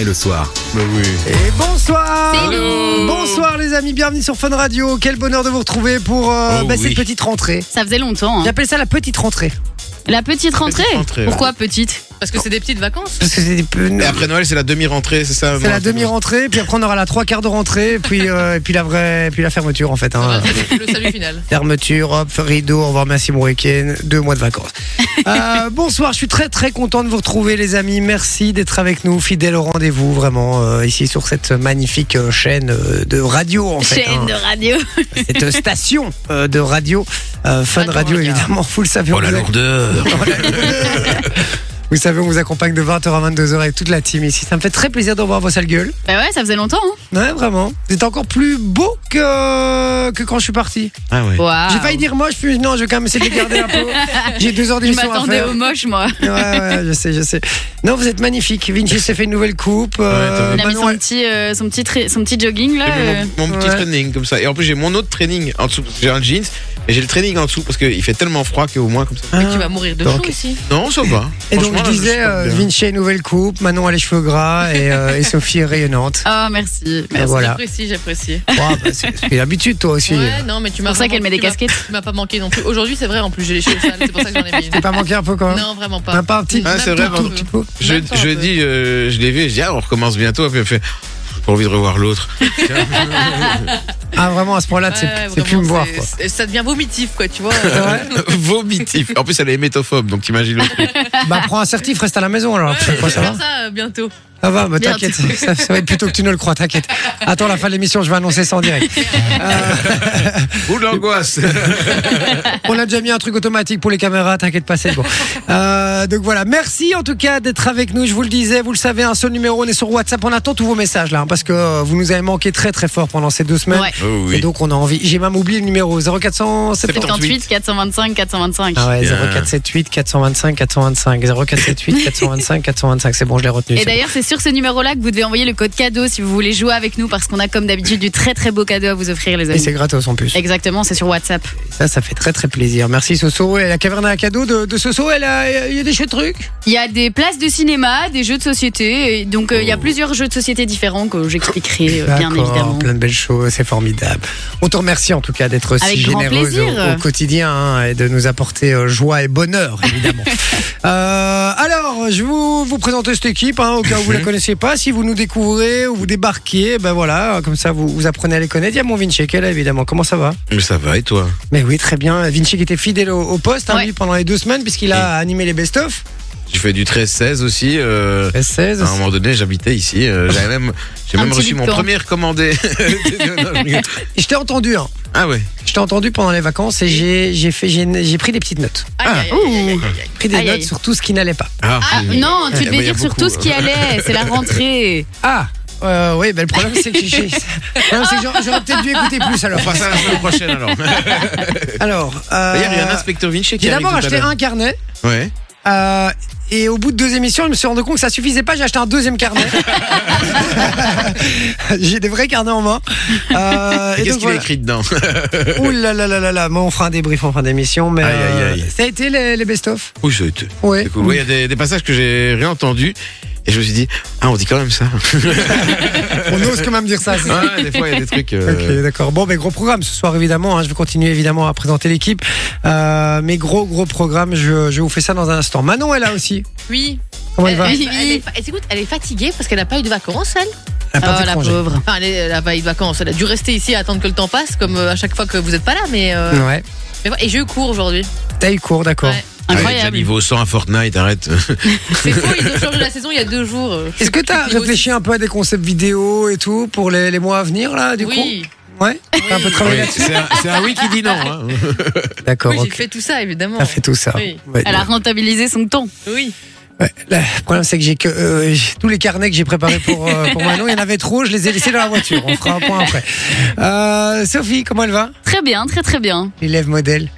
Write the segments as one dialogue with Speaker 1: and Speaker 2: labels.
Speaker 1: et le soir.
Speaker 2: Bah
Speaker 3: Et bonsoir
Speaker 4: Hello.
Speaker 3: Bonsoir les amis, bienvenue sur Fun Radio. Quel bonheur de vous retrouver pour euh,
Speaker 1: Oh
Speaker 3: bah,
Speaker 1: oui.
Speaker 3: cette petite rentrée.
Speaker 4: Ça faisait longtemps. hein.
Speaker 3: J'appelle ça la petite rentrée.
Speaker 4: La petite rentrée.
Speaker 2: Petite rentrée,
Speaker 4: Pourquoi petite
Speaker 5: Parce que c'est des petites vacances.
Speaker 3: Parce que c'est des peu-
Speaker 2: Et
Speaker 1: Ah,
Speaker 2: après Noël, c'est la demi-rentrée, c'est ça
Speaker 3: C'est la demi-rentrée, puis après on aura la trois quarts de rentrée, puis, euh, et puis la vraie, puis la fermeture en fait. hein.
Speaker 5: Le salut final.
Speaker 3: Fermeture, hop, rideau, au revoir, merci mon week-end, deux mois de vacances. Euh, bonsoir, je suis très très content de vous retrouver les amis, merci d'être avec nous, fidèle au rendez-vous vraiment, euh, ici sur cette magnifique euh, chaîne euh, de radio en fait. hein.
Speaker 4: Chaîne de radio.
Speaker 3: cette station euh, de radio, euh, Fun
Speaker 5: Radio
Speaker 3: Radio
Speaker 5: Regard.
Speaker 3: évidemment, vous le savez.
Speaker 2: Oh
Speaker 3: on vous, a-
Speaker 1: Oh, lourdeur
Speaker 3: vous savez, on vous accompagne de 20h à 22h avec toute la team ici. Ça me fait très plaisir de revoir vos sales gueules.
Speaker 4: Bah ouais, ça faisait longtemps. hein.
Speaker 3: Ouais, vraiment. Vous êtes encore plus beau que, que quand je suis parti.
Speaker 2: Ah ouais.
Speaker 4: Waouh.
Speaker 3: J'ai failli dire moche, puis non, je vais quand même essayer de les garder un peu. J'ai deux heures
Speaker 4: Je
Speaker 3: d'émission à
Speaker 4: m'attendais
Speaker 3: faire.
Speaker 4: au moche, moi.
Speaker 3: Ouais, ouais, je sais, je sais. Non, vous êtes magnifique. Vinci s'est fait une nouvelle coupe. euh,
Speaker 2: Ouais,
Speaker 4: Il a mis
Speaker 3: Manon,
Speaker 4: son
Speaker 3: elle-
Speaker 4: petit, euh, son petit, tri- son petit jogging là.
Speaker 2: J'ai
Speaker 4: euh.
Speaker 2: mis Mon, mon petit
Speaker 3: Ouais.
Speaker 2: training comme ça. Et en plus, j'ai mon autre training en dessous. parce que J'ai un jeans et j'ai le training en dessous parce qu'il fait tellement froid qu'au moins comme ça.
Speaker 5: Mais tu vas mourir de chaud
Speaker 3: Donc-
Speaker 5: aussi.
Speaker 2: Non, ça va.
Speaker 3: hein. Et donc,
Speaker 2: Franchement, là,
Speaker 3: je disais,
Speaker 2: supporte
Speaker 3: euh,
Speaker 2: bien.
Speaker 3: Vinci a une nouvelle coupe, Manon a les cheveux gras et, euh, et Sophie est rayonnante.
Speaker 4: Oh merci.
Speaker 3: Et
Speaker 4: merci.
Speaker 3: voilà.
Speaker 5: J'apprécie, j'apprécie.
Speaker 3: Oh, bah, c'est c'est l'habitude, toi aussi.
Speaker 5: Ouais, non, mais tu
Speaker 4: C'est
Speaker 5: m'as
Speaker 4: pour ça
Speaker 5: vraiment-
Speaker 4: qu'elle met des
Speaker 5: tu m'as-
Speaker 4: casquettes.
Speaker 5: Tu m'as pas manqué non plus. Aujourd'hui, c'est vrai, en plus, j'ai les cheveux sales. C'est pour ça que j'en ai mis. une.
Speaker 3: T'es pas manqué un peu quand même
Speaker 5: Non, vraiment pas.
Speaker 3: Même pas un petit
Speaker 2: Ah, c'est
Speaker 5: Même
Speaker 2: vrai,
Speaker 5: pas un
Speaker 2: pardon.
Speaker 5: peu.
Speaker 3: petit peu.
Speaker 2: Je,
Speaker 5: Même pas un peu.
Speaker 2: jeudi, euh, je l'ai vu, je dis, ah, on recommence bientôt. Puis elle fait, j'ai pas envie de revoir l'autre.
Speaker 3: Ah, vraiment, à ce point-là,
Speaker 5: Ouais,
Speaker 3: c'est
Speaker 5: ouais,
Speaker 3: c'est plus
Speaker 5: vraiment,
Speaker 3: me voir.
Speaker 5: c'est-
Speaker 3: quoi.
Speaker 5: c'est- Ça devient vomitif, quoi, tu vois.
Speaker 3: C'est vrai
Speaker 2: Vomitif. En plus, elle est hémétophobe, donc t'imagines le truc.
Speaker 3: bah, prends un certif, reste à la maison alors. après, quoi,
Speaker 5: Faire
Speaker 3: ça va
Speaker 5: ça euh, bientôt.
Speaker 3: Ça va, bah,
Speaker 4: Bien,
Speaker 3: t'inquiète. Ça, ça va être plutôt que tu ne le crois, t'inquiète. Attends, la fin de l'émission, je vais annoncer ça en direct. Euh,
Speaker 2: Ouh, l'angoisse.
Speaker 3: on a déjà mis un truc automatique pour les caméras, t'inquiète pas, c'est bon. Euh, donc voilà, merci en tout cas d'être avec nous. Je vous le disais, vous le savez, un seul numéro, on est sur WhatsApp. On attend tous vos messages là, hein, parce que euh, vous nous avez manqué très très fort pendant ces deux semaines.
Speaker 4: Ouais.
Speaker 2: Oh,
Speaker 3: Et
Speaker 2: oui.
Speaker 3: donc on a envie. J'ai même oublié le numéro 0478.
Speaker 4: 78, 425, 425.
Speaker 3: Ah ouais,
Speaker 2: Bien.
Speaker 3: 0478 425 425. 0478 425 425. C'est bon, je l'ai retenu.
Speaker 4: Et d'ailleurs, c'est sur ce numéro-là que vous devez envoyer le code cadeau si vous voulez jouer avec nous parce qu'on a comme d'habitude du très très beau cadeau à vous offrir, les
Speaker 3: Et c'est
Speaker 4: amis.
Speaker 3: gratos en plus. Et
Speaker 4: Exactement, c'est sur WhatsApp.
Speaker 3: ça, ça fait très très plaisir. Merci Soso. Et la caverne à cadeau de, de Soso, elle a, il y a des chouettes trucs.
Speaker 4: Il y a des places de cinéma, des jeux de société, et donc euh, il y a plusieurs jeux de société différents que j'expliquerai euh, bien
Speaker 3: Oh. D'accord,
Speaker 4: évidemment.
Speaker 3: Plein de belles choses, c'est formidable. On te remercie en tout cas d'être si
Speaker 4: Avec grand
Speaker 3: généreuse au,
Speaker 4: plaisir.
Speaker 3: au quotidien hein, et de nous apporter euh, joie et bonheur, évidemment. Euh, alors, je vous, vous présente cette équipe, hein, au cas où vous la connaissiez pas. Si vous nous découvrez ou vous débarquez, ben voilà, comme ça vous, vous apprenez à les connaître. Il y a mon Vinci qui est là, évidemment. Comment ça va
Speaker 2: Mais ça va, et toi
Speaker 3: Mais oui, très bien. Vinci qui était fidèle au, au poste hein,
Speaker 4: Ouais.
Speaker 3: lui, pendant les deux semaines, puisqu'il a animé les best-of. Ah,
Speaker 2: J'ai fait du 13-16 aussi. euh,
Speaker 3: S16.
Speaker 2: À un moment donné, j'habitais ici. euh, J'avais même, j'ai
Speaker 4: Un
Speaker 2: même
Speaker 4: petit
Speaker 2: reçu mon
Speaker 4: licorne.
Speaker 2: premier commandé. Non, je rigole.
Speaker 3: Je t'ai entendu, hein.
Speaker 2: ah ouais.
Speaker 3: Je t'ai entendu pendant les vacances et j'ai j'ai fait j'ai j'ai pris des petites notes.
Speaker 5: Aïe, aïe, aïe, aïe, aïe, aïe, aïe.
Speaker 3: Pris des
Speaker 4: Aïe,
Speaker 3: notes
Speaker 4: aïe.
Speaker 3: sur tout ce qui n'allait pas.
Speaker 2: Ah,
Speaker 4: Ah
Speaker 2: oui.
Speaker 4: non, tu
Speaker 2: Eh ben,
Speaker 4: devais
Speaker 2: il y a
Speaker 4: dire surtout
Speaker 2: beaucoup.
Speaker 4: ce qui allait, c'est la rentrée.
Speaker 3: Ah euh, oui, ben, le problème c'est que j'ai- le problème, c'est que j'aurais- j'aurais peut-être dû écouter plus alors.
Speaker 2: On fera ça la semaine prochaine alors.
Speaker 3: Alors,
Speaker 2: D'ailleurs, il y a un
Speaker 3: euh,
Speaker 2: inspecteur Vinci qui
Speaker 3: j'ai
Speaker 2: arrive
Speaker 3: d'abord
Speaker 2: tout à
Speaker 3: acheté
Speaker 2: l'heure.
Speaker 3: un carnet.
Speaker 2: Ouais.
Speaker 3: euh, et au bout de deux émissions, je me suis rendu compte que ça suffisait pas. J'ai acheté un deuxième carnet. j'ai des vrais carnets en main. Euh,
Speaker 2: Et qu'est-ce
Speaker 3: donc,
Speaker 2: qu'il
Speaker 3: voilà.
Speaker 2: a écrit dedans
Speaker 3: Ouh là là là là là, moi on fera un débrief en fin d'émission, mais
Speaker 2: Aïe, aïe,
Speaker 3: euh,
Speaker 2: aïe.
Speaker 3: ça a été les, les best-of.
Speaker 2: Oui, ça a été-
Speaker 3: Ouais.
Speaker 2: c'est cool. Ouais, Il y a des, des passages que j'ai réentendus et je me suis dit, ah, on dit quand même ça.
Speaker 3: On ose quand même dire ça. c'est ça.
Speaker 2: Ah, des fois, il y a des trucs.
Speaker 3: Ok,
Speaker 2: euh,
Speaker 3: d'accord. Bon, mais gros programme ce soir évidemment. hein. je vais continuer évidemment à présenter l'équipe. Euh, mais gros gros programme. Je, je vous fais ça dans un instant. Manon est là aussi.
Speaker 5: Oui.
Speaker 3: Comment il va
Speaker 5: Elle- elle est- elle- écoute, elle est fatiguée parce qu'elle n'a pas eu de vacances, elle.
Speaker 3: Elle a pas
Speaker 5: euh,
Speaker 4: Oh
Speaker 3: fait de
Speaker 4: la
Speaker 3: congé.
Speaker 4: pauvre.
Speaker 5: Enfin, elle, est- elle a pas eu de vacances. Elle a dû rester ici à attendre que le temps passe, comme euh, à chaque fois que vous n'êtes pas là. Mais, euh,
Speaker 3: Ouais.
Speaker 5: mais voilà. et j'ai eu cours aujourd'hui.
Speaker 3: T'as eu cours, d'accord.
Speaker 5: Ouais.
Speaker 2: ah, il y a déjà
Speaker 4: Incroyable.
Speaker 2: niveau 100 à Fortnite, arrête.
Speaker 5: C'est faux, ils ont changé la saison il y a deux jours. euh, je
Speaker 3: Est-ce
Speaker 5: sais
Speaker 3: que
Speaker 5: plus
Speaker 3: t'as
Speaker 5: qui aussi.
Speaker 3: réfléchi un peu à des concepts vidéo et tout pour les, les mois à venir là du
Speaker 5: Oui.
Speaker 3: coup Ouais. T'as un peu travaillé
Speaker 2: Oui, c'est un, c'est un oui qui dit non. hein.
Speaker 3: là-dessus D'accord.
Speaker 5: Oui,
Speaker 3: ok.
Speaker 5: j'ai fait tout ça, évidemment.
Speaker 3: T'as fait tout ça.
Speaker 5: Oui.
Speaker 3: Ouais,
Speaker 4: Elle a rentabilisé son temps.
Speaker 5: Oui.
Speaker 3: Ouais, là, le problème, c'est que j'ai que euh, j'ai- tous les carnets que j'ai préparés pour, euh, pour Manon, il y en avait trop, je les ai laissés dans la voiture. On fera un point après. Euh, Sophie, comment elle va
Speaker 4: Très bien, très très bien.
Speaker 3: L'élève modèle.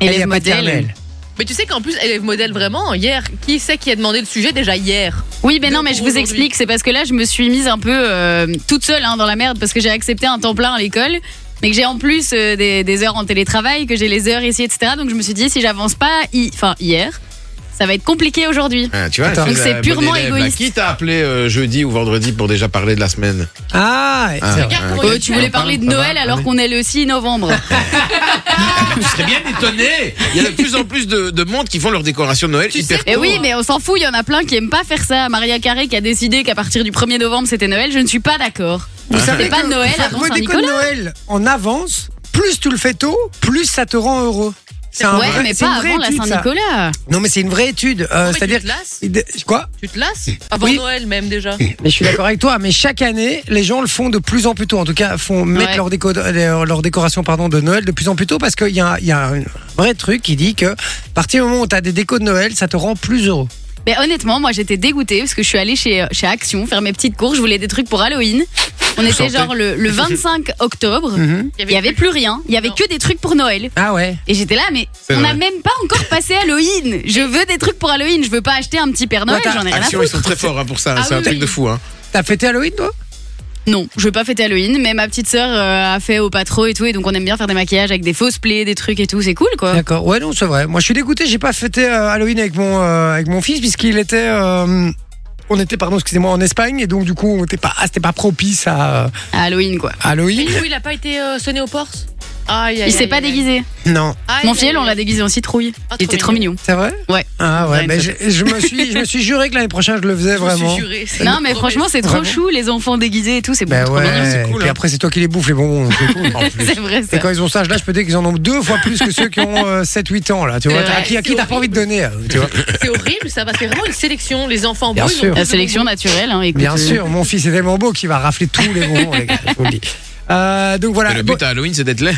Speaker 4: Et
Speaker 3: Elle, y
Speaker 4: les
Speaker 3: a pas de carnet,
Speaker 4: modèles.
Speaker 3: elle.
Speaker 5: Mais tu sais qu'en plus, élève modèle vraiment, hier, qui c'est qui a demandé le sujet déjà hier
Speaker 4: Oui, mais
Speaker 5: Deux
Speaker 4: non, mais je
Speaker 5: pour
Speaker 4: vous
Speaker 5: aujourd'hui.
Speaker 4: explique. C'est parce que là, je me suis mise un peu euh, toute seule hein, dans la merde parce que j'ai accepté un temps plein à l'école. Mais que j'ai en plus euh, des, des heures en télétravail, que j'ai les heures ici, etc. Donc je me suis dit, si j'avance pas, hi- enfin hier, ça va être compliqué aujourd'hui.
Speaker 2: Ah, tu vois,
Speaker 3: Attends.
Speaker 2: je suis
Speaker 4: Donc,
Speaker 2: la
Speaker 4: c'est
Speaker 2: bonne
Speaker 4: purement
Speaker 2: élève, là.
Speaker 4: égoïste.
Speaker 2: Qui t'a appelé euh, jeudi ou vendredi pour déjà parler de la semaine
Speaker 3: Ah, c'est
Speaker 2: Ah,
Speaker 3: vrai.
Speaker 5: Regarde
Speaker 2: ah,
Speaker 5: comment
Speaker 4: Euh, tu voulais parler de
Speaker 3: Ça va,
Speaker 4: Noël
Speaker 3: ah
Speaker 4: alors
Speaker 3: oui.
Speaker 4: qu'on est le 6 novembre.
Speaker 2: Je serais bien étonné. Il y a de plus en plus de, de monde qui font leur décoration de Noël hyper
Speaker 4: Et
Speaker 2: tôt.
Speaker 4: eh
Speaker 3: Oh.
Speaker 4: oui, mais on s'en fout, il y en a plein qui aiment pas faire ça. Maria Carré qui a décidé qu'à partir du 1er novembre c'était Noël, je ne suis pas d'accord.
Speaker 3: Vous savez
Speaker 4: C'est pas
Speaker 3: que
Speaker 4: Noël
Speaker 3: faire
Speaker 4: avant
Speaker 3: vos décos de
Speaker 4: Saint-Nicolas.
Speaker 3: Noël en avance, plus tu le fais tôt, plus ça te rend heureux. C'est un
Speaker 4: Ouais,
Speaker 3: vrai-
Speaker 4: mais
Speaker 3: c'est
Speaker 4: pas
Speaker 3: une vraie
Speaker 4: avant la
Speaker 3: étude, ça.
Speaker 4: Saint-Nicolas.
Speaker 3: Non, mais c'est une vraie étude. euh,
Speaker 5: Mais
Speaker 3: C'est-à-dire.
Speaker 5: Tu te lasses
Speaker 3: Quoi
Speaker 5: Tu te lasses Avant
Speaker 3: Oui.
Speaker 5: Noël même déjà.
Speaker 3: Mais je suis d'accord avec toi, mais chaque année, les gens le font de plus en plus tôt. En tout cas, font mettre
Speaker 4: Ouais.
Speaker 3: leur, déco, euh, leur, leur décoration pardon, de Noël de plus en plus tôt parce qu'il y a, un- il y a un vrai truc qui dit que, à partir du moment où tu as des décos de Noël, ça te rend plus heureux.
Speaker 4: Mais honnêtement, moi j'étais dégoûtée parce que je suis allée chez, chez Action faire mes petites courses, je voulais des trucs pour Halloween. On était
Speaker 2: sortez.
Speaker 4: genre le, le 25 octobre,
Speaker 3: Mhm.
Speaker 4: il y avait plus rien, il y avait
Speaker 5: Non.
Speaker 4: que des trucs pour Noël.
Speaker 3: Ah ouais
Speaker 4: Et j'étais là, mais
Speaker 2: C'est
Speaker 4: on
Speaker 2: vrai.
Speaker 4: n'a même pas encore passé Halloween. Je veux des trucs pour Halloween, je veux pas acheter un petit Père Noël,
Speaker 3: Ouais, t'as-
Speaker 4: j'en ai rien à
Speaker 2: Action,
Speaker 4: foutre.
Speaker 2: ils sont très forts hein, pour ça.
Speaker 4: Ah
Speaker 2: c'est un
Speaker 4: oui,
Speaker 2: truc
Speaker 4: oui.
Speaker 2: de fou. Hein.
Speaker 3: T'as fêté Halloween, toi
Speaker 4: Non, je veux pas fêter Halloween, mais ma petite sœur euh, a fait au patro et tout, et donc on aime bien faire des maquillages avec des fausses plaies, des trucs et tout, c'est cool quoi.
Speaker 3: D'accord. Ouais, non, c'est vrai. Moi, je suis dégoûté. J'ai pas fêté euh, Halloween avec mon euh, avec mon fils puisqu'il était. euh, on était, pardon, excusez-moi, en Espagne et donc du coup, on était pas, ah, c'était pas propice à euh,
Speaker 4: À Halloween quoi.
Speaker 5: Mais
Speaker 3: Halloween.
Speaker 5: du coup, il a pas été euh, sonné au Porsche Aïe, aïe,
Speaker 4: Il s'est
Speaker 5: aïe,
Speaker 4: pas
Speaker 5: aïe.
Speaker 4: déguisé.
Speaker 3: Non,
Speaker 5: Aïe,
Speaker 4: Mon
Speaker 5: aïe,
Speaker 4: fiel, on
Speaker 5: aïe.
Speaker 4: l'a Ah, déguisé en citrouille.
Speaker 5: Ah,
Speaker 4: Il était trop mignon.
Speaker 3: c'est vrai.
Speaker 4: Ouais.
Speaker 3: Ah ouais.
Speaker 4: Ouais,
Speaker 3: mais
Speaker 4: une
Speaker 3: je, je me suis, je me suis juré que l'année prochaine, je le faisais
Speaker 5: Je me suis
Speaker 3: vraiment.
Speaker 5: juré, c'est
Speaker 4: Non,
Speaker 5: une
Speaker 4: mais
Speaker 5: promesse.
Speaker 4: franchement, c'est trop
Speaker 3: Vraiment.
Speaker 4: chou, les enfants déguisés et tout, c'est
Speaker 3: Ben
Speaker 4: trop
Speaker 3: ouais.
Speaker 4: mignon.
Speaker 2: c'est cool,
Speaker 3: Et
Speaker 2: hein.
Speaker 3: après, c'est toi qui les bouffes les bonbons. donc c'est cool.
Speaker 2: En plus.
Speaker 4: C'est vrai, ça.
Speaker 3: Et quand ils ont ça, là, je peux dire qu'ils en ont deux fois plus que ceux qui ont 7-8 ans, là. Tu vois,
Speaker 4: C'est
Speaker 3: T'as-
Speaker 4: vrai,
Speaker 3: à qui, à
Speaker 5: c'est
Speaker 3: qui t'as pas envie de donner, euh, tu vois.
Speaker 5: C'est horrible ça, parce que c'est vraiment une sélection. Les enfants
Speaker 3: Bien
Speaker 5: bruns
Speaker 3: sûr.
Speaker 5: ont
Speaker 4: La
Speaker 5: plus de
Speaker 4: sélection naturelle, hein, écoute.
Speaker 3: Bien
Speaker 4: euh,
Speaker 3: sûr, mon fils est tellement beau qu'il va rafler tous les bonbons, les gars, je vous le dis. Euh, donc voilà.
Speaker 2: Mais le
Speaker 3: Bon,
Speaker 2: but à Halloween, c'est d'être laid.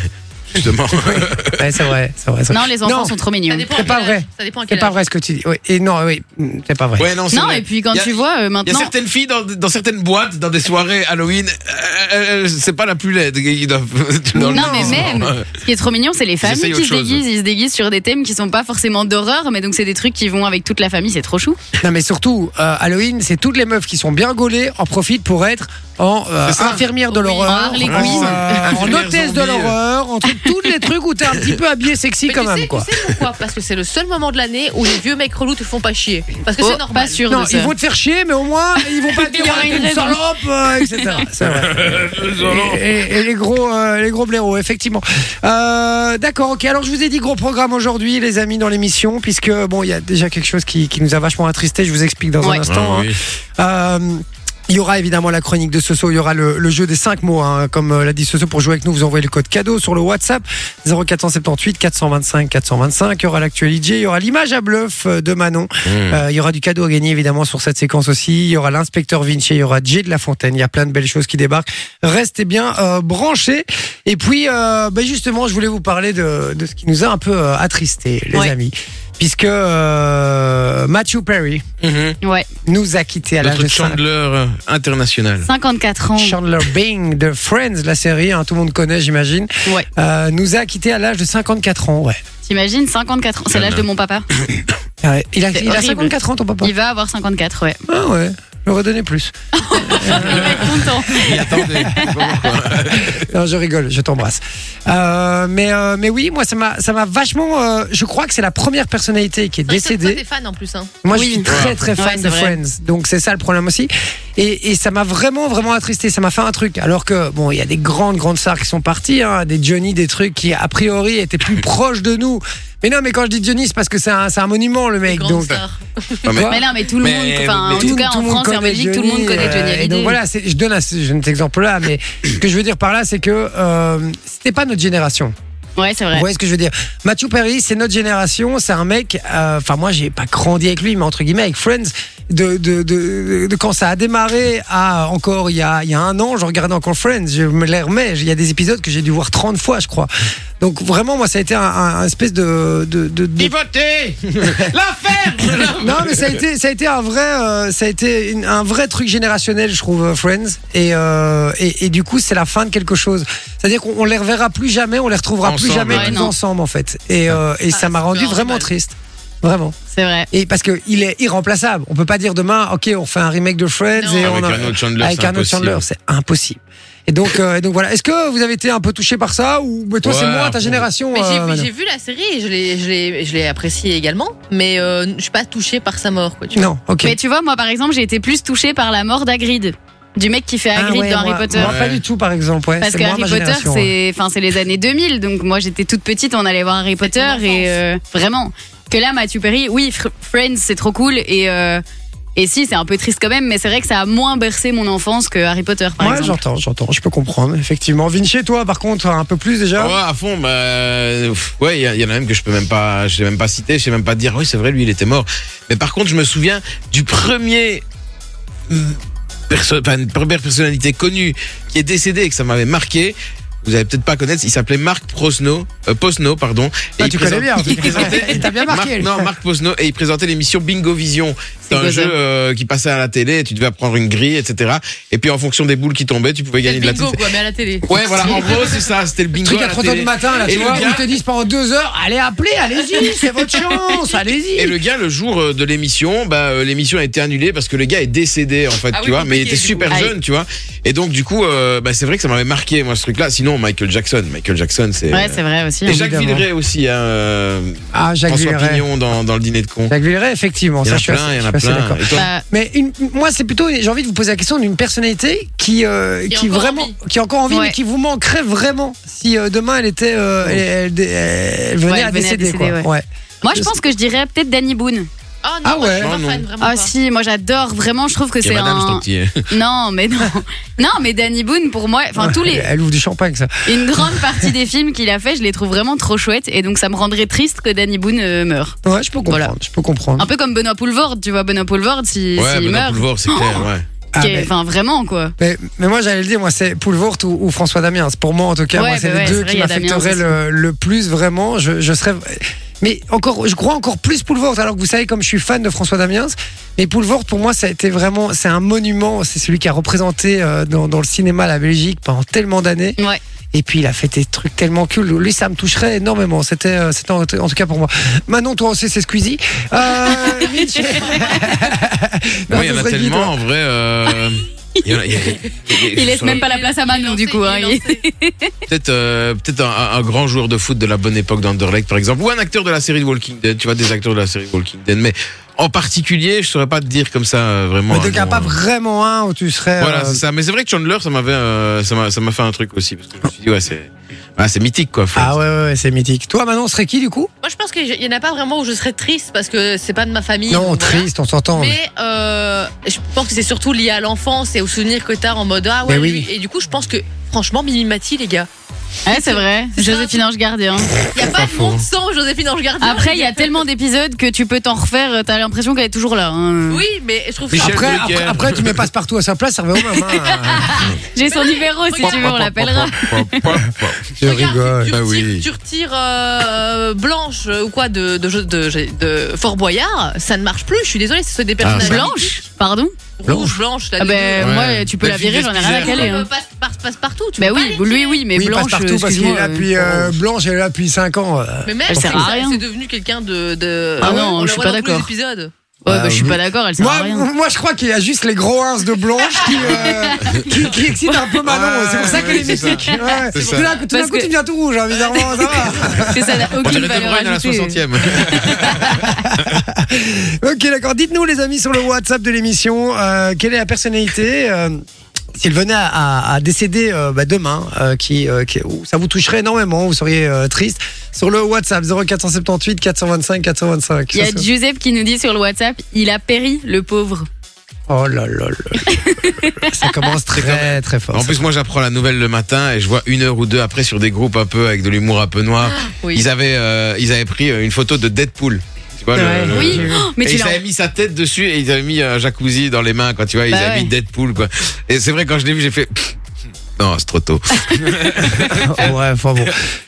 Speaker 2: Justement.
Speaker 3: ouais, c'est vrai, c'est vrai. c'est vrai.
Speaker 4: Non, les enfants
Speaker 3: Non.
Speaker 4: sont trop mignons.
Speaker 5: Ça dépend à
Speaker 3: C'est pas
Speaker 5: quel
Speaker 3: vrai.
Speaker 5: âge. Ça dépend à
Speaker 3: C'est
Speaker 5: quel
Speaker 3: pas
Speaker 5: âge.
Speaker 3: vrai ce que tu dis. Oui, et non, oui, mm, c'est pas vrai.
Speaker 2: ouais, non, c'est
Speaker 4: Non,
Speaker 2: vrai.
Speaker 4: et puis quand
Speaker 2: Il y a-
Speaker 4: tu vois euh,
Speaker 2: Il y a
Speaker 4: maintenant.
Speaker 2: certaines filles dans, dans certaines boîtes, dans des soirées Halloween, euh, euh, c'est pas la plus laide. Ils doivent- dans
Speaker 4: Non,
Speaker 2: le
Speaker 4: mais
Speaker 2: déguisement.
Speaker 4: même, ce qui est trop mignon, c'est les familles
Speaker 2: essayent
Speaker 4: qui
Speaker 2: autre
Speaker 4: se
Speaker 2: chose.
Speaker 4: déguisent. Ils se déguisent sur des thèmes qui sont pas forcément d'horreur, mais donc c'est des trucs qui vont avec toute la famille, c'est trop chou.
Speaker 3: Non, mais surtout, euh, Halloween, c'est toutes les meufs qui sont bien gaulées en profitent pour être en euh,
Speaker 2: C'est ça.
Speaker 3: infirmière de
Speaker 5: Oui,
Speaker 3: l'horreur,
Speaker 4: Harley
Speaker 3: en,
Speaker 4: Quinn.
Speaker 3: en
Speaker 2: Infirmière
Speaker 3: hôtesse de
Speaker 2: zombie.
Speaker 3: l'horreur, entre tous les trucs où t'es un petit peu habillé sexy
Speaker 5: Mais
Speaker 3: quand
Speaker 5: tu
Speaker 3: même,
Speaker 5: sais,
Speaker 3: quoi.
Speaker 5: Tu sais pourquoi Parce que c'est le seul moment de l'année où les vieux mecs relous te font pas chier. Parce que
Speaker 4: Oh,
Speaker 5: c'est normal.
Speaker 4: Pas sûr
Speaker 3: Non,
Speaker 4: de ça.
Speaker 3: ils vont te faire chier, mais au moins, ils vont pas te
Speaker 4: Il y
Speaker 3: dire,
Speaker 4: aura
Speaker 3: Ah,
Speaker 4: une
Speaker 3: t'es une
Speaker 4: raison.
Speaker 3: salope, euh, etc. C'est vrai. Et, et- et les gros, euh, les gros blaireaux, effectivement. Euh, D'accord, ok. Alors je vous ai dit gros programme aujourd'hui, les amis, dans l'émission, puisque bon, il y a déjà quelque chose qui, qui nous a vachement attristé. Je vous explique dans
Speaker 4: Ouais.
Speaker 3: un instant.
Speaker 2: Ah, oui.
Speaker 3: hein. Euh, il y aura évidemment la chronique de Soso, il y aura le, le jeu des 5 mots, hein. comme euh, l'a dit Soso, pour jouer avec nous, vous envoyez le code cadeau sur le WhatsApp 0478 425 425, il y aura l'actualité, il y aura l'image à bluff euh, de Manon,
Speaker 2: Mm.
Speaker 3: euh, il y aura du cadeau à gagner évidemment sur cette séquence aussi. Il y aura l'inspecteur Vinci, il y aura Jay de la Fontaine. Il y a plein de belles choses qui débarquent. Restez bien euh, branchés. Et puis, euh, ben, justement, je voulais vous parler de, de ce qui nous a un peu attristé, les
Speaker 5: Ouais.
Speaker 3: amis, puisque euh, Matthew Perry
Speaker 2: Mhm.
Speaker 4: Ouais,
Speaker 3: nous a quittés à l'âge de
Speaker 2: Notre
Speaker 3: 5
Speaker 2: Chandler euh, international.
Speaker 4: 54 ans.
Speaker 3: Chandler Bing de Friends, la série, hein, tout le monde connaît, j'imagine,
Speaker 4: Ouais.
Speaker 3: euh, nous a quittés à l'âge de 54 ans. Ouais.
Speaker 4: T'imagines 54 ans,
Speaker 3: Ah
Speaker 4: c'est l'âge de mon papa.
Speaker 3: Ouais. Il, a,
Speaker 4: C'est
Speaker 3: il a
Speaker 4: horrible.
Speaker 3: 54 ans, ton papa.
Speaker 4: Il va avoir 54, ouais.
Speaker 3: Ah ouais, j'aurais donné plus. Ah.
Speaker 4: Il va être content.
Speaker 2: Et attendez, comment, quoi
Speaker 3: Non, je rigole, je t'embrasse. Euh, mais, euh, mais oui, moi, ça m'a ça m'a vachement. euh, je crois que c'est la première personnalité qui est
Speaker 5: Décédé.
Speaker 3: décédée.
Speaker 5: T'es fan en plus. Hein.
Speaker 3: Moi, je
Speaker 4: Oui.
Speaker 3: suis très, très fan
Speaker 4: Ouais, c'est
Speaker 3: de
Speaker 4: vrai.
Speaker 3: Friends. Donc, c'est ça le problème aussi. Et, et ça m'a vraiment, vraiment attristé. Ça m'a fait un truc. Alors que, bon, il y a des grandes, grandes stars qui sont parties, hein, des Johnny, des trucs qui, a priori, étaient plus proches de nous. Mais non, mais quand je dis Johnny, c'est parce que c'est un, c'est un monument, le mec.
Speaker 5: Grande
Speaker 3: Donc,
Speaker 5: star.
Speaker 2: Non, mais-
Speaker 3: Quoi
Speaker 4: Mais non, mais tout le
Speaker 2: Mais-
Speaker 4: monde, enfin,
Speaker 2: mais
Speaker 4: en tout, cas
Speaker 3: tout
Speaker 4: en
Speaker 3: le monde
Speaker 4: France et en
Speaker 3: connaît
Speaker 4: Belgique, tout le monde connaît Johnny
Speaker 3: euh, et
Speaker 4: Hallyday.
Speaker 3: donc voilà, c'est- je donne à ce- je donne cet exemple-là, mais ce que je veux dire par là, c'est que euh, c'était pas notre génération.
Speaker 4: Ouais, c'est
Speaker 3: Vous
Speaker 4: vrai.
Speaker 3: voyez ce que je veux dire Matthew Perry, c'est notre génération, c'est un mec, euh, enfin moi j'ai pas grandi avec lui, mais entre guillemets avec Friends, de, de, de, de quand ça a démarré à encore il y a, il y a un an, je regardais encore Friends, je me les remets, il y a des épisodes que j'ai dû voir 30 fois je crois. Donc vraiment moi ça a été un, un- un espèce de... de, de- de-
Speaker 2: Pivoter L'affaire
Speaker 3: Non mais ça a été, ça a été un vrai, euh, ça a été une- un vrai truc générationnel je trouve euh, Friends et, euh, et, et du coup c'est la fin de quelque chose. C'est-à-dire qu'on on les reverra plus jamais, on les retrouvera plus
Speaker 2: Ensemble,
Speaker 3: jamais
Speaker 2: ouais.
Speaker 3: tous
Speaker 4: Ouais, non.
Speaker 3: ensemble en fait. Et, euh, et
Speaker 5: Ah,
Speaker 3: ça m'a
Speaker 5: c'est
Speaker 3: rendu
Speaker 5: super
Speaker 3: vraiment
Speaker 5: normal.
Speaker 3: triste. Vraiment.
Speaker 4: C'est vrai.
Speaker 3: Et parce que il est irremplaçable. On peut pas dire demain, ok, on fait un remake de Friends
Speaker 5: Non.
Speaker 3: et on
Speaker 2: Avec
Speaker 3: a-
Speaker 2: un autre Chandler,
Speaker 3: avec
Speaker 2: c'est
Speaker 3: un autre
Speaker 2: impossible.
Speaker 3: Chandler, c'est impossible. Et donc, euh, et donc voilà. Est-ce que vous avez été un peu touché par ça ou mais toi
Speaker 2: Ouais,
Speaker 3: c'est moi ta
Speaker 2: après-
Speaker 3: génération
Speaker 5: Mais j'ai-
Speaker 3: euh, Manon.
Speaker 5: j'ai vu la série et je l'ai- je l'ai je l'ai appréciée également, mais euh, je suis pas touchée par sa mort. Quoi, tu vois.
Speaker 3: Non, ok.
Speaker 4: Mais tu vois, moi par exemple, j'ai été plus touchée par la mort d'Agrid, du mec qui fait
Speaker 3: Ah
Speaker 4: Agrid
Speaker 3: ouais,
Speaker 4: dans
Speaker 3: moi-
Speaker 4: Harry Potter.
Speaker 3: moi, pas
Speaker 2: Ouais.
Speaker 3: du tout par exemple. Ouais,
Speaker 4: Parce
Speaker 3: c'est
Speaker 4: que
Speaker 3: moi,
Speaker 4: Harry
Speaker 3: ma
Speaker 4: Potter,
Speaker 3: génération, ouais.
Speaker 4: c'est enfin, c'est les années 2000, donc moi j'étais toute petite, on allait voir Harry Potter
Speaker 5: ton
Speaker 4: et
Speaker 5: enfance.
Speaker 4: euh, vraiment. Que là, Matthew Perry, oui, Fr- Friends, c'est trop cool et euh, et si, c'est un peu triste quand même, mais c'est vrai que ça a moins bercé mon enfance que Harry Potter, par
Speaker 3: Ouais,
Speaker 4: exemple.
Speaker 3: j'entends, j'entends, je peux comprendre, effectivement. Vinci, toi, par contre, un peu plus déjà
Speaker 2: Ah ouais, à fond, bah, euh, pff, ouais, il y, a- il y en a même que je peux même pas, je l'ai même pas cité, je sais même pas dire, oui, c'est vrai, lui, il était mort. Mais par contre, je me souviens du premier, euh, perso- enfin, une première personnalité connue qui est décédée et que ça m'avait marqué. Vous allez peut-être pas connaître, il s'appelait Marc Prosno, euh, Posno, pardon. Et
Speaker 3: Ah,
Speaker 2: il
Speaker 3: tu connais
Speaker 2: présente-
Speaker 3: bien, tu
Speaker 2: il
Speaker 3: connais bien.
Speaker 2: présentait-
Speaker 3: Il t'a bien marqué,
Speaker 2: Marc-
Speaker 3: lui.
Speaker 2: non, Marc Posno, et il présentait l'émission Bingo Vision.
Speaker 4: C'est
Speaker 2: C'est un
Speaker 4: quoi
Speaker 2: jeu
Speaker 4: ça
Speaker 2: euh, qui passait à la télé, tu devais prendre une grille, etc. Et puis en fonction des boules qui tombaient, tu pouvais
Speaker 5: C'est
Speaker 2: gagner
Speaker 5: le
Speaker 2: de la
Speaker 5: bingo,
Speaker 2: télé.
Speaker 5: quoi, mais à la télé. Oh,
Speaker 2: Ouais, voilà, en gros, c'est ça, c'était le bingo.
Speaker 3: Truc
Speaker 2: à
Speaker 3: à
Speaker 2: la
Speaker 3: 3 heures
Speaker 2: télé.
Speaker 3: du matin, là,
Speaker 2: Et
Speaker 3: tu
Speaker 2: le
Speaker 3: vois, où
Speaker 2: gars-
Speaker 3: ils te disent pendant 2 heures, allez appeler, allez-y, c'est votre chance, allez-y.
Speaker 2: Et le gars, le jour euh, de l'émission, bah, euh, l'émission a été annulée parce que le gars est décédé, en fait,
Speaker 5: Ah
Speaker 2: tu
Speaker 5: oui,
Speaker 2: vois, mais il
Speaker 5: compliqué,
Speaker 2: était
Speaker 5: du coup.
Speaker 2: super
Speaker 5: Aïe.
Speaker 2: jeune, tu vois. Et donc, du coup, euh, bah, c'est vrai que ça m'avait marqué, moi, ce truc-là. Sinon, Michael Jackson, Michael Jackson, c'est. euh,
Speaker 4: Ouais, c'est vrai aussi.
Speaker 2: Et
Speaker 4: hein.
Speaker 2: Jacques
Speaker 3: évidemment.
Speaker 2: Villeray aussi, hein, euh,
Speaker 3: Ah, Jacques
Speaker 2: François
Speaker 3: Villeray.
Speaker 2: Pignon dans, dans le dîner de cons.
Speaker 3: Jacques Villeray, effectivement,
Speaker 2: Il y en
Speaker 3: ça,
Speaker 2: a
Speaker 3: je suis
Speaker 2: plein,
Speaker 3: assez-
Speaker 2: il
Speaker 3: je
Speaker 2: y en
Speaker 3: suis
Speaker 2: a
Speaker 3: assez
Speaker 2: plein.
Speaker 3: d'accord.
Speaker 2: Et toi
Speaker 4: Bah,
Speaker 3: Mais une- moi, c'est plutôt, j'ai envie de vous poser la question d'une personnalité qui, euh,
Speaker 5: Qui a
Speaker 3: qui
Speaker 5: encore
Speaker 3: vraiment,
Speaker 5: envie.
Speaker 3: qui a encore envie, mais
Speaker 4: Ouais.
Speaker 3: qui vous manquerait vraiment si euh, demain elle était, euh, elle, elle- elle venait
Speaker 4: Ouais,
Speaker 3: à
Speaker 4: elle venait à
Speaker 3: décéder,
Speaker 4: décéder,
Speaker 3: quoi.
Speaker 4: ouais.
Speaker 3: Ouais.
Speaker 4: moi, je pense que je dirais peut-être Danny Boone.
Speaker 5: Ah non,
Speaker 3: Ah
Speaker 5: moi, je
Speaker 3: ouais.
Speaker 5: suis pas
Speaker 2: Ah non.
Speaker 5: fan, vraiment
Speaker 4: Ah
Speaker 5: pas.
Speaker 4: si, moi j'adore vraiment. Je trouve que
Speaker 2: Et
Speaker 4: c'est
Speaker 2: madame,
Speaker 4: un.
Speaker 2: c'est petit.
Speaker 4: Non, mais non, non, mais Danny Boone pour moi, enfin tous les,
Speaker 3: Elle ouvre du champagne, ça.
Speaker 4: une grande partie des films qu'il a fait, je les trouve vraiment trop chouettes et donc ça me rendrait triste que Danny Boone euh, meure.
Speaker 3: Ouais, je peux comprendre.
Speaker 4: Voilà.
Speaker 3: Je peux comprendre.
Speaker 4: Un peu comme Benoît Poulvord, tu vois, Benoît Poulvord, si- s'il
Speaker 2: Ouais, Benoît
Speaker 4: meurt.
Speaker 2: Poulvord, c'est clair, ouais.
Speaker 3: Ah,
Speaker 4: qu'est-
Speaker 3: mais-
Speaker 4: Enfin, vraiment, quoi.
Speaker 3: Mais, mais moi j'allais le dire, moi c'est Poulvort ou, ou François Damiens. Pour moi en tout cas,
Speaker 4: Ouais,
Speaker 3: moi c'est les
Speaker 4: bah ouais,
Speaker 3: deux
Speaker 4: c'est vrai,
Speaker 3: qui
Speaker 4: il y a Damiens
Speaker 3: m'affecteraient le, le plus vraiment. Je, je serais. Mais encore, je crois encore plus Poulvort. Alors que vous savez, comme je suis fan de François Damiens, mais Poulvort pour moi ça a été vraiment, c'est un monument. C'est celui qui a représenté euh, dans, dans le cinéma la Belgique pendant tellement d'années.
Speaker 4: Ouais.
Speaker 3: Et puis il a fait des trucs tellement cool. Lui ça me toucherait énormément. C'était, euh, c'était en, en tout cas pour moi. Manon, toi aussi c'est Squeezie. Euh, Mitch-
Speaker 4: Bah,
Speaker 3: Non,
Speaker 2: Ouais, il y
Speaker 3: ce
Speaker 2: en a
Speaker 3: serait qui,
Speaker 2: tellement,
Speaker 3: toi
Speaker 2: en vrai. euh, il y en a- il y a-
Speaker 4: Il laisse même pas la place à Manon,
Speaker 5: lancé,
Speaker 4: du coup.
Speaker 5: il
Speaker 4: hein.
Speaker 5: est lancé.
Speaker 2: Peut-être euh, peut-être un, un- un grand joueur de foot de la bonne époque d'Anderlecht, par exemple, ou un acteur de la série de Walking Dead, tu vois, des acteurs de la série de Walking Dead. Mais en particulier, je saurais pas te dire comme ça euh, vraiment.
Speaker 3: Mais
Speaker 2: un
Speaker 3: donc il y a
Speaker 2: nom,
Speaker 3: pas
Speaker 2: euh.
Speaker 3: vraiment un où tu serais.
Speaker 2: Voilà,
Speaker 3: euh,
Speaker 2: c'est ça. Mais c'est vrai que Chandler, ça m'avait, euh, ça m'a, ça m'a fait un truc aussi parce que je me suis dit ouais, c'est, ah, c'est mythique quoi. Friends.
Speaker 3: Ah ouais, ouais, ouais, c'est mythique. Toi, Manon, serait qui du coup
Speaker 5: Moi, je pense qu'il y en a pas vraiment où je serais triste parce que c'est pas de ma famille.
Speaker 3: Non,
Speaker 5: donc voilà.
Speaker 3: triste, on s'entend. mais-
Speaker 5: Mais euh, je pense que c'est surtout lié à l'enfance et aux souvenirs que t'as en mode ah ouais.
Speaker 3: Mais oui.
Speaker 5: lui. Et du coup, je pense que franchement, Mimi Mati, les gars,
Speaker 4: Ouais, c'est vrai.
Speaker 5: C'est ça.
Speaker 4: Joséphine Ange Gardien.
Speaker 5: il y a pas de monde sans Joséphine Ange Gardien.
Speaker 4: Après, il y a tellement d'épisodes que tu peux t'en refaire. euh, T'as l'impression qu'elle est toujours là. hein.
Speaker 5: Oui, mais je trouve
Speaker 2: Michel
Speaker 5: ça.
Speaker 3: Après,
Speaker 2: Drucker.
Speaker 3: après, après, tu mets passe partout à sa place, ça revient au même. hein.
Speaker 4: J'ai son numéro, si tu veux, on l'appellera.
Speaker 3: Je
Speaker 5: Regarde,
Speaker 3: rigole.
Speaker 5: Tu,
Speaker 2: Bah
Speaker 5: retires,
Speaker 2: oui.
Speaker 5: tu retires, euh, Blanche euh, ou quoi de, de, de, de- de Fort Boyard, ça ne marche plus. Je suis désolée, ce sont des personnages
Speaker 2: ça-
Speaker 5: blanches,
Speaker 4: Blanche Pardon
Speaker 5: rouges, blanches. Là,
Speaker 4: Ah
Speaker 5: les
Speaker 4: ben,
Speaker 5: deux.
Speaker 2: Ouais.
Speaker 4: moi, tu peux la virer, j'en ai rien à
Speaker 2: Delphine
Speaker 4: caler.
Speaker 5: Euh,
Speaker 4: hein.
Speaker 5: passe, passe, passe partout. Tu
Speaker 4: Bah
Speaker 5: peux pas
Speaker 4: oui,
Speaker 5: les
Speaker 4: lui,
Speaker 5: tirer.
Speaker 4: oui, mais
Speaker 3: Oui,
Speaker 4: Blanche.
Speaker 3: passe partout parce qu'il est
Speaker 4: excuse-moi,
Speaker 3: là
Speaker 4: euh,
Speaker 3: depuis. euh, Blanche, elle est là depuis 5 ans. euh.
Speaker 5: Mais même,
Speaker 4: Elle sert
Speaker 5: c'est-
Speaker 4: à rien.
Speaker 5: c'est devenu quelqu'un de, de.
Speaker 4: Ah
Speaker 5: de-
Speaker 4: non,
Speaker 5: on
Speaker 4: je
Speaker 5: la
Speaker 4: suis
Speaker 5: voit
Speaker 4: pas
Speaker 5: dans tous les
Speaker 4: d'accord.
Speaker 5: épisodes.
Speaker 4: Ouais, bah, je suis pas d'accord, elle sert
Speaker 3: Moi,
Speaker 4: à rien.
Speaker 3: moi, je crois qu'il y a juste les gros ins de Blanche qui, euh, qui, qui excitent un peu Manon.
Speaker 2: Ouais,
Speaker 3: c'est pour ça
Speaker 2: ouais,
Speaker 3: qu'elle est
Speaker 2: c'est ça.
Speaker 3: mythique. Ouais.
Speaker 2: C'est
Speaker 3: Tout
Speaker 2: ça.
Speaker 3: d'un coup, tout d'un
Speaker 4: Parce
Speaker 3: coup,
Speaker 4: que-
Speaker 3: tu deviens tout rouge, hein, évidemment. ça va.
Speaker 4: C'est ça, n'a
Speaker 2: On
Speaker 4: aucune
Speaker 2: dirait De
Speaker 4: valeur
Speaker 2: Bruyne à la
Speaker 4: ajoutée.
Speaker 2: 60e.
Speaker 3: Ok, d'accord. Dites-nous, les amis, sur le WhatsApp de l'émission, euh, quelle est la personnalité euh, s'il venait à, à- à décéder euh, bah, demain, euh, qui, euh, qui- où ça vous toucherait énormément, vous seriez euh, triste. Sur le WhatsApp 0478 425 425.
Speaker 4: Il y a
Speaker 3: Ça, c'est-
Speaker 4: Giuseppe qui nous dit sur le WhatsApp, il a péri, le pauvre.
Speaker 3: Oh là là là. là là. ça commence très très fort.
Speaker 2: En plus, moi, j'apprends la nouvelle le matin et je vois une heure ou deux après sur des groupes un peu avec de l'humour un peu noir.
Speaker 5: Oui.
Speaker 2: Ils avaient, euh, ils avaient pris euh, une photo de Deadpool. Tu vois, le-
Speaker 3: Ouais.
Speaker 2: le-
Speaker 4: Oui, oh, mais
Speaker 2: et
Speaker 4: tu
Speaker 2: ils
Speaker 4: l'as.
Speaker 2: avaient mis sa tête dessus et ils avaient mis un jacuzzi dans les mains, quoi, tu vois, ils
Speaker 4: Bah
Speaker 2: avaient
Speaker 4: ouais.
Speaker 2: mis Deadpool, quoi. Et c'est vrai, quand je l'ai vu, j'ai fait, Pff, non, c'est trop tôt.
Speaker 3: ouais, enfin bon.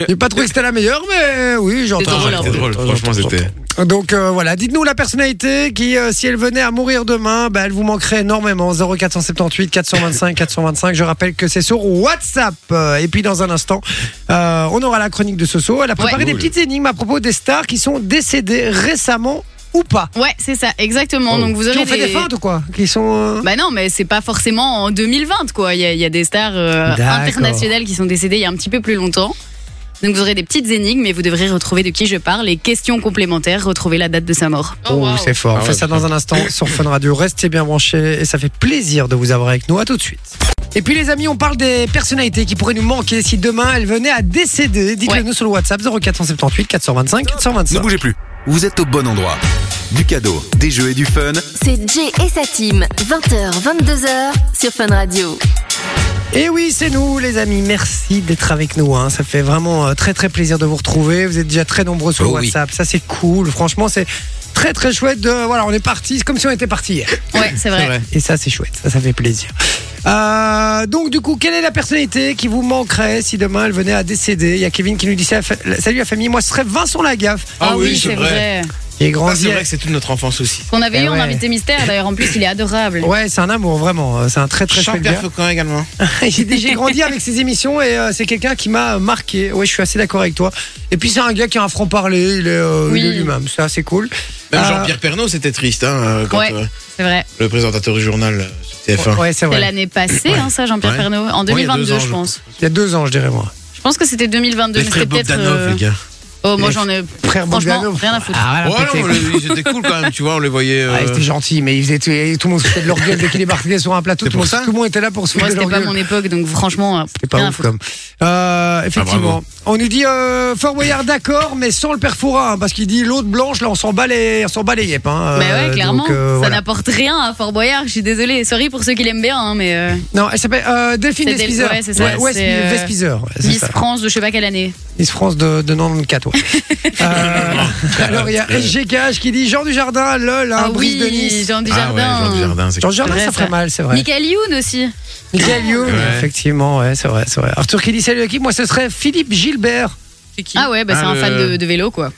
Speaker 3: J'ai pas trouvé que c'était la meilleure, mais oui, j'entends.
Speaker 5: drôle,
Speaker 3: j'entends,
Speaker 5: hein.
Speaker 2: C'était drôle,
Speaker 3: j'entends,
Speaker 2: franchement,
Speaker 3: j'entends,
Speaker 2: c'était-
Speaker 3: j'entends. Donc euh, voilà, dites-nous la personnalité qui, euh, si elle venait à mourir demain, bah, elle vous manquerait énormément. 0478 425 425. Je rappelle que c'est sur WhatsApp. Euh, Et puis dans un instant, euh, on aura la chronique de Soso. Elle a préparé
Speaker 2: Ouais.
Speaker 3: des
Speaker 2: Cool.
Speaker 3: petites énigmes à propos des stars qui sont décédées récemment ou ou pas.
Speaker 4: Ouais, c'est ça, exactement.
Speaker 2: Oh.
Speaker 4: Donc vous
Speaker 3: Qui
Speaker 4: aurez
Speaker 3: ont fait
Speaker 4: des-
Speaker 3: des feintes ou quoi Qui sont. euh,
Speaker 4: Bah non, mais c'est pas forcément en 2020, quoi. Il y, a- il y a des stars euh,
Speaker 3: D'accord.
Speaker 4: internationales qui sont décédées il y a un petit peu plus longtemps. Donc vous aurez des petites énigmes et vous devrez retrouver de qui je parle et questions complémentaires, retrouver la date de sa mort.
Speaker 5: Oh, wow.
Speaker 3: c'est fort.
Speaker 2: Ah
Speaker 3: on fait
Speaker 2: ouais,
Speaker 3: ça
Speaker 2: putain.
Speaker 3: dans un instant sur Fun Radio. Restez bien branchés et ça fait plaisir de vous avoir avec nous. À tout de suite. Et puis les amis, on parle des personnalités qui pourraient nous manquer si demain elles venaient à décéder. Dites-le nous sur le WhatsApp 0478 425
Speaker 1: Ne
Speaker 3: 425.
Speaker 1: bougez plus, vous êtes au bon endroit. Du cadeau, des jeux et du fun.
Speaker 6: C'est Jay et sa team, 20h, 22h sur Fun Radio.
Speaker 3: Et oui, c'est nous les amis. Merci d'être avec nous. hein. Ça fait vraiment euh, très très plaisir de vous retrouver. Vous êtes déjà très nombreux sur le
Speaker 2: Oh oui.
Speaker 3: WhatsApp. Ça c'est cool. Franchement, c'est très très chouette. De... Voilà, on est parti. C'est comme si on était parti hier.
Speaker 4: Ouais, c'est vrai.
Speaker 3: Et ça, c'est chouette. Ça, ça fait plaisir. Euh, donc, du coup, quelle est la personnalité qui vous manquerait si demain elle venait à décéder Il y a Kevin qui nous dit ça, Salut la famille, moi ce serait Vincent Lagaffe.
Speaker 2: Ah oui, c'est vrai.
Speaker 3: Il est
Speaker 2: Ça,
Speaker 3: grandi.
Speaker 2: Ah, c'est vrai que c'est toute notre enfance aussi.
Speaker 4: Qu'on avait
Speaker 3: Eh
Speaker 4: eu en
Speaker 3: ouais.
Speaker 4: invité mystère, d'ailleurs, en plus, il est adorable.
Speaker 3: Ouais, c'est un amour, vraiment. Euh, C'est un très très chouette
Speaker 2: Jean-Pierre
Speaker 3: gars.
Speaker 2: Foucault également.
Speaker 3: J'ai j'ai grandi avec ses émissions et euh, c'est quelqu'un qui m'a marqué. Ouais, je suis assez d'accord avec toi. Et puis, c'est un gars qui a un franc-parler. Il est, euh,
Speaker 4: Oui.
Speaker 3: il est lui-même. C'est assez cool.
Speaker 2: Même
Speaker 3: Ah.
Speaker 2: Jean-Pierre Pernaud, c'était triste hein, euh, quand
Speaker 4: Euh, Ouais.
Speaker 2: euh,
Speaker 4: C'est vrai.
Speaker 2: le présentateur du journal euh, sur TF1.
Speaker 3: Ouais, c'est
Speaker 4: C'est
Speaker 3: vrai.
Speaker 4: l'année passée, hein, ça, Jean-Pierre
Speaker 2: Ouais.
Speaker 4: Pernaut. En
Speaker 2: Ouais, il y a deux
Speaker 4: 2022,
Speaker 2: ans,
Speaker 4: je
Speaker 2: je
Speaker 4: pense.
Speaker 3: Il y a deux ans, je dirais, moi.
Speaker 4: Je pense que c'était 2022,
Speaker 2: Les
Speaker 4: mais c'était
Speaker 2: frères
Speaker 4: peut-être.
Speaker 2: Bogdanov,
Speaker 4: euh,
Speaker 2: les gars.
Speaker 4: Oh, moi, j'en ai.
Speaker 3: Frère
Speaker 4: Franchement,
Speaker 3: Bogdanov.
Speaker 4: rien à foutre.
Speaker 3: Ah,
Speaker 2: Ouais,
Speaker 3: voilà, pété,
Speaker 2: non,
Speaker 3: quoi.
Speaker 2: ils étaient cool quand même, tu vois, on les voyait. euh,
Speaker 3: Ah, il était gentil, mais il faisait tout, et tout le monde se foutait de leur gueule dès qu'il débarquait sur un plateau.
Speaker 2: C'est
Speaker 3: Tout, le
Speaker 2: pour
Speaker 3: monde-
Speaker 2: ça
Speaker 3: tout le monde était là pour se
Speaker 4: Moi,
Speaker 3: foutre de
Speaker 4: c'était
Speaker 3: leur
Speaker 4: pas
Speaker 3: gueule.
Speaker 4: mon époque, donc franchement, euh,
Speaker 3: C'était pas
Speaker 4: rien à
Speaker 3: ouf
Speaker 4: foutre.
Speaker 3: comme. Euh, effectivement.
Speaker 2: Ah, bravo.
Speaker 3: on nous dit euh, Fort Boyard d'accord, mais sans le perfora, hein, parce qu'il dit l'autre blanche, là on s'en bat les, on s'en bat les yep. Hein,
Speaker 4: Mais
Speaker 3: Euh,
Speaker 4: Bah ouais, clairement,
Speaker 3: donc, euh,
Speaker 4: ça
Speaker 3: voilà.
Speaker 4: n'apporte rien à Fort Boyard, je suis désolée. Sorry pour ceux qui l'aiment bien, hein, mais euh,
Speaker 3: Non, elle s'appelle euh, Delphine
Speaker 4: C'est Del-
Speaker 3: Vespizer.
Speaker 4: ouais, c'est ça,
Speaker 3: ouais,
Speaker 4: c'est, euh,
Speaker 3: Vespizer, ouais, c'est
Speaker 4: Miss
Speaker 3: ça.
Speaker 4: France de je sais pas quelle année.
Speaker 3: Miss France de, de 94. ouais. Euh, alors il y a SGKH qui dit Jean Dujardin, lol, hein,
Speaker 4: ah
Speaker 3: Brice de
Speaker 4: oui,
Speaker 3: Nice.
Speaker 2: Ah
Speaker 4: Jean
Speaker 2: ouais,
Speaker 4: Dujardin.
Speaker 2: Jean Dujardin, c'est
Speaker 3: Jean Dujardin,
Speaker 4: C'est vrai,
Speaker 3: ça ferait
Speaker 4: ça.
Speaker 3: mal, c'est vrai.
Speaker 4: Michael Youn aussi.
Speaker 3: Michael Youn,
Speaker 2: Ouais.
Speaker 3: effectivement, ouais, c'est vrai, c'est vrai. Arthur qui dit salut l'équipe, moi ce serait Philippe Gilbert.
Speaker 5: C'est qui
Speaker 4: Ah ouais, bah,
Speaker 2: Ah,
Speaker 4: c'est un
Speaker 2: le-
Speaker 4: fan de, de vélo, quoi.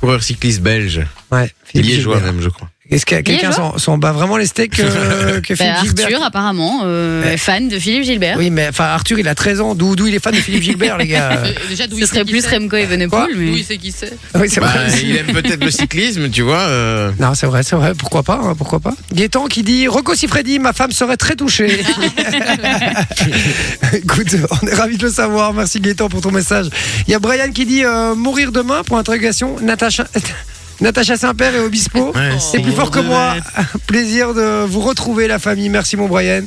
Speaker 2: coureur cycliste belge.
Speaker 3: Ouais, Philippe
Speaker 2: Liégeois
Speaker 3: Gilbert.
Speaker 2: même, je crois.
Speaker 3: Est-ce que quelqu'un
Speaker 4: Liégeois
Speaker 3: s'en s'en bat vraiment les steaks euh, que
Speaker 4: Bah,
Speaker 3: Philippe Gilbert
Speaker 4: Arthur, apparemment, euh,
Speaker 3: Ouais.
Speaker 4: est fan de Philippe Gilbert.
Speaker 3: Oui, mais enfin Arthur, il a 13 ans, d'où d'où il est fan de Philippe Gilbert, les gars.
Speaker 5: Euh, Déjà, d'où
Speaker 4: Ce
Speaker 5: il
Speaker 4: serait
Speaker 5: sait qui
Speaker 4: plus
Speaker 5: c'est
Speaker 4: Remco
Speaker 3: Quoi
Speaker 4: Evenepoel, mais.
Speaker 5: D'où il sait qui c'est
Speaker 3: Oui, c'est
Speaker 2: Bah,
Speaker 3: vrai.
Speaker 2: il aime peut-être le cyclisme, tu vois. euh,
Speaker 3: Non, c'est vrai, c'est vrai. Pourquoi pas hein, Pourquoi pas Gaëtan qui dit Rocco Siffredi, ma femme serait très touchée. Écoute, on est ravis de le savoir. Merci Gaëtan pour ton message. Il y a Brian qui dit euh, mourir demain pour interrogation. Natacha. Natacha Saint-Père et Obispo,
Speaker 2: Ouais,
Speaker 3: c'est plus fort que moi. Plaisir de vous retrouver, la famille. Merci, mon Brian.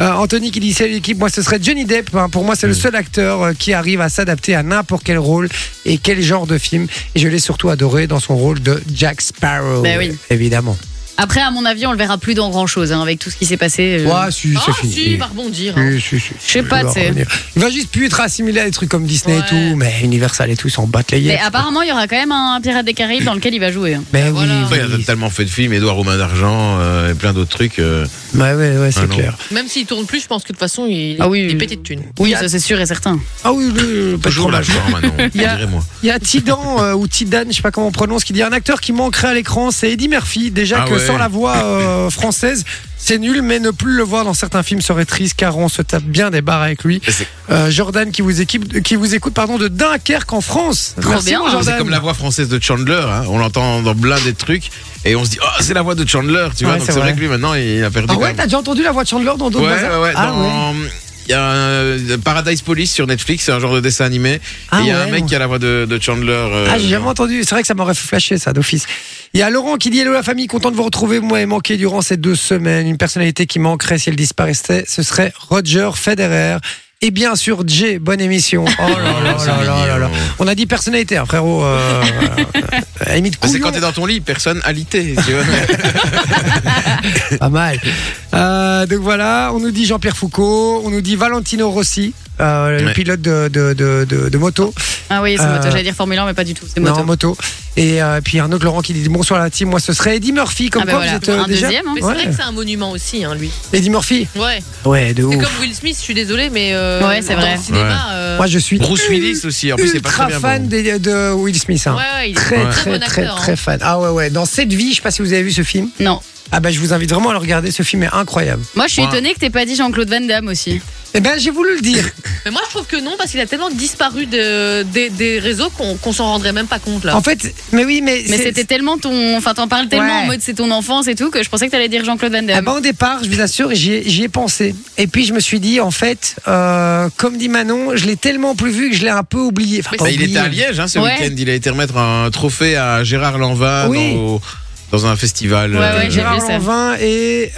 Speaker 3: Euh, Anthony qui dit c'est l'équipe. Moi, ce serait Johnny Depp. hein. Pour moi,
Speaker 2: Mm.
Speaker 3: c'est le seul acteur euh, qui arrive à s'adapter à n'importe quel rôle et quel genre de film. Et je l'ai surtout adoré dans son rôle de Jack Sparrow.
Speaker 4: Ben oui.
Speaker 3: Évidemment.
Speaker 4: Après, à mon avis, on le verra plus dans grand chose, avec tout ce qui s'est passé. euh,
Speaker 3: Ouais, si,
Speaker 5: Ah,
Speaker 3: c'est fini.
Speaker 5: si, il va rebondir. hein.
Speaker 3: Si, si, si.
Speaker 4: Je sais pas,
Speaker 3: Il va
Speaker 4: tu sais.
Speaker 3: revenir. Il va juste plus être assimilé à des trucs comme Disney et
Speaker 5: Ouais.
Speaker 3: tout, mais Universal et tout, ils s'en battent les
Speaker 4: Mais
Speaker 3: yeux.
Speaker 4: apparemment, il y aura quand même un Pirate des Caraïbes dans lequel il va jouer. hein.
Speaker 3: Mais oui,
Speaker 5: Voilà.
Speaker 3: oui.
Speaker 2: Après, il a tellement fait de films, Édouard Romain d'Argent euh, et plein d'autres trucs. euh,
Speaker 3: Ouais, Ben ouais, ouais, c'est
Speaker 2: Ah non.
Speaker 3: clair.
Speaker 5: Même s'il tourne plus, je pense que de toute façon, il,
Speaker 4: Ah oui,
Speaker 5: il
Speaker 4: oui.
Speaker 5: est pété de thunes.
Speaker 4: Oui, ça c'est sûr et certain.
Speaker 3: Ah oui, le, pas de
Speaker 2: toujours Oh là,
Speaker 3: problème.
Speaker 2: je crois, maintenant.
Speaker 3: Il y a-
Speaker 2: dirais-moi.
Speaker 3: Il y a Tidan euh, ou Tidan, je sais pas comment on prononce, qui dit un acteur qui manquerait à l'écran, c'est Eddie Murphy. Déjà
Speaker 2: Ah
Speaker 3: que
Speaker 2: ouais.
Speaker 3: sans la voix euh, française, c'est nul, mais ne plus le voir dans certains films serait triste car on se tape bien des barres avec lui.
Speaker 2: Mais c'est-
Speaker 3: Euh, Jordan qui vous, équipe, qui vous écoute pardon, de Dunkerque en France.
Speaker 4: Trop
Speaker 3: Merci,
Speaker 4: bien.
Speaker 3: mon
Speaker 4: C'est
Speaker 3: Jordan.
Speaker 2: Ah, C'est comme la voix française de Chandler, hein. on l'entend dans plein des trucs et on se dit, oh, c'est la voix de Chandler, tu vois.
Speaker 3: Ouais,
Speaker 2: Donc
Speaker 3: c'est
Speaker 2: c'est vrai.
Speaker 3: vrai
Speaker 2: que lui maintenant il a perdu.
Speaker 3: Ah
Speaker 2: quand
Speaker 3: ouais,
Speaker 2: même.
Speaker 3: t'as déjà entendu la voix de Chandler dans d'autres
Speaker 2: Ouais,
Speaker 3: bazars
Speaker 2: ouais, ouais.
Speaker 3: Ah
Speaker 2: dans- Il y a euh, Paradise Police sur Netflix, c'est un genre de dessin animé.
Speaker 3: Ah
Speaker 2: et il y a
Speaker 3: ouais,
Speaker 2: un mec
Speaker 3: moi.
Speaker 2: qui a la voix de, de Chandler. euh,
Speaker 3: Ah, j'ai jamais entendu. C'est vrai que ça m'aurait fait flasher, ça, d'office. Il y a Laurent qui dit Hello la famille, content de vous retrouver. Moi, et manqué durant ces deux semaines. Une personnalité qui manquerait si elle disparaissait, ce serait Roger Federer. Et bien sûr, Jay, bonne émission. Oh là là
Speaker 2: c'est
Speaker 3: là là là là.
Speaker 2: mignon.
Speaker 3: On a dit personnalité, hein, frérot. euh, à la limite,
Speaker 2: Ah, C'est
Speaker 3: couillon.
Speaker 2: quand t'es dans ton lit, personne alité, tu vois.
Speaker 3: Pas mal. Euh, donc voilà, on nous dit Jean-Pierre Foucault, on nous dit Valentino Rossi, euh, le
Speaker 2: Ouais.
Speaker 3: pilote de, de, de, de- de moto.
Speaker 4: Ah oui, c'est
Speaker 3: Euh,
Speaker 4: moto. J'allais dire Formule 1, mais pas du tout. C'est
Speaker 3: Non,
Speaker 4: moto.
Speaker 3: moto. Et euh, puis Arnaud Laurent qui dit bonsoir à la team. Moi, ce serait Eddie Murphy. Comme
Speaker 4: Ah
Speaker 5: ben
Speaker 4: bah
Speaker 3: quoi,
Speaker 4: voilà,
Speaker 3: vous êtes euh,
Speaker 4: un
Speaker 3: déjà.
Speaker 4: deuxième. hein.
Speaker 5: Mais c'est
Speaker 3: Ouais.
Speaker 5: vrai que c'est un monument aussi, hein, lui.
Speaker 3: Eddie Murphy.
Speaker 5: Ouais.
Speaker 3: Ouais, de
Speaker 5: C'est
Speaker 3: ouf.
Speaker 5: comme euh, Will Smith, je suis désolée, mais euh,
Speaker 4: Ouais, c'est
Speaker 5: dans
Speaker 4: vrai.
Speaker 5: le cinéma, euh,
Speaker 3: Moi, je suis
Speaker 2: Bruce Willis aussi, en plus c'est pas très
Speaker 3: ultra
Speaker 2: bien.
Speaker 3: fan
Speaker 2: bon.
Speaker 3: des- de Will Smith. hein.
Speaker 5: ouais, ouais, il est
Speaker 3: Très,
Speaker 5: un
Speaker 3: très,
Speaker 5: bon
Speaker 3: très,
Speaker 5: acteur.
Speaker 3: très
Speaker 5: hein.
Speaker 3: fan. Ah ouais, ouais. Dans cette vie, je sais pas si vous avez vu ce film.
Speaker 4: Non.
Speaker 3: Ah bah, je vous invite vraiment à le regarder. Ce film est incroyable.
Speaker 4: Moi, je suis
Speaker 2: Moi-
Speaker 4: étonnée que t'aies pas dit Jean-Claude Van Damme aussi.
Speaker 3: Eh ben, j'ai voulu le dire.
Speaker 5: Mais moi, je trouve que non, parce qu'il a tellement disparu de- des- des réseaux qu'on qu'on s'en rendrait même pas compte là.
Speaker 3: En fait, mais oui, mais.
Speaker 4: Mais
Speaker 3: c'est-
Speaker 4: c'était tellement ton. Enfin, t'en parles tellement
Speaker 3: Ouais.
Speaker 4: en mode c'est ton enfance et tout que je pensais que t'allais dire Jean-Claude Van Damme.
Speaker 3: Ah bah, au départ, je vous assure, j'y ai, j'y ai pensé. Et puis je me suis dit, en fait, euh, comme dit Manon, je l'ai tellement plus vu que je l'ai un peu oublié. Enfin,
Speaker 5: Mais
Speaker 3: pas
Speaker 2: Bah, il
Speaker 3: oublié.
Speaker 2: était à Liège hein, ce
Speaker 4: Ouais.
Speaker 2: week-end. Il a été remettre un trophée à Gérard Lanvin
Speaker 3: Oui.
Speaker 2: dans, dans un festival. euh,
Speaker 4: Ouais, Ah ouais, j'ai
Speaker 3: Gérard
Speaker 4: vu ça.
Speaker 3: Lanvin et,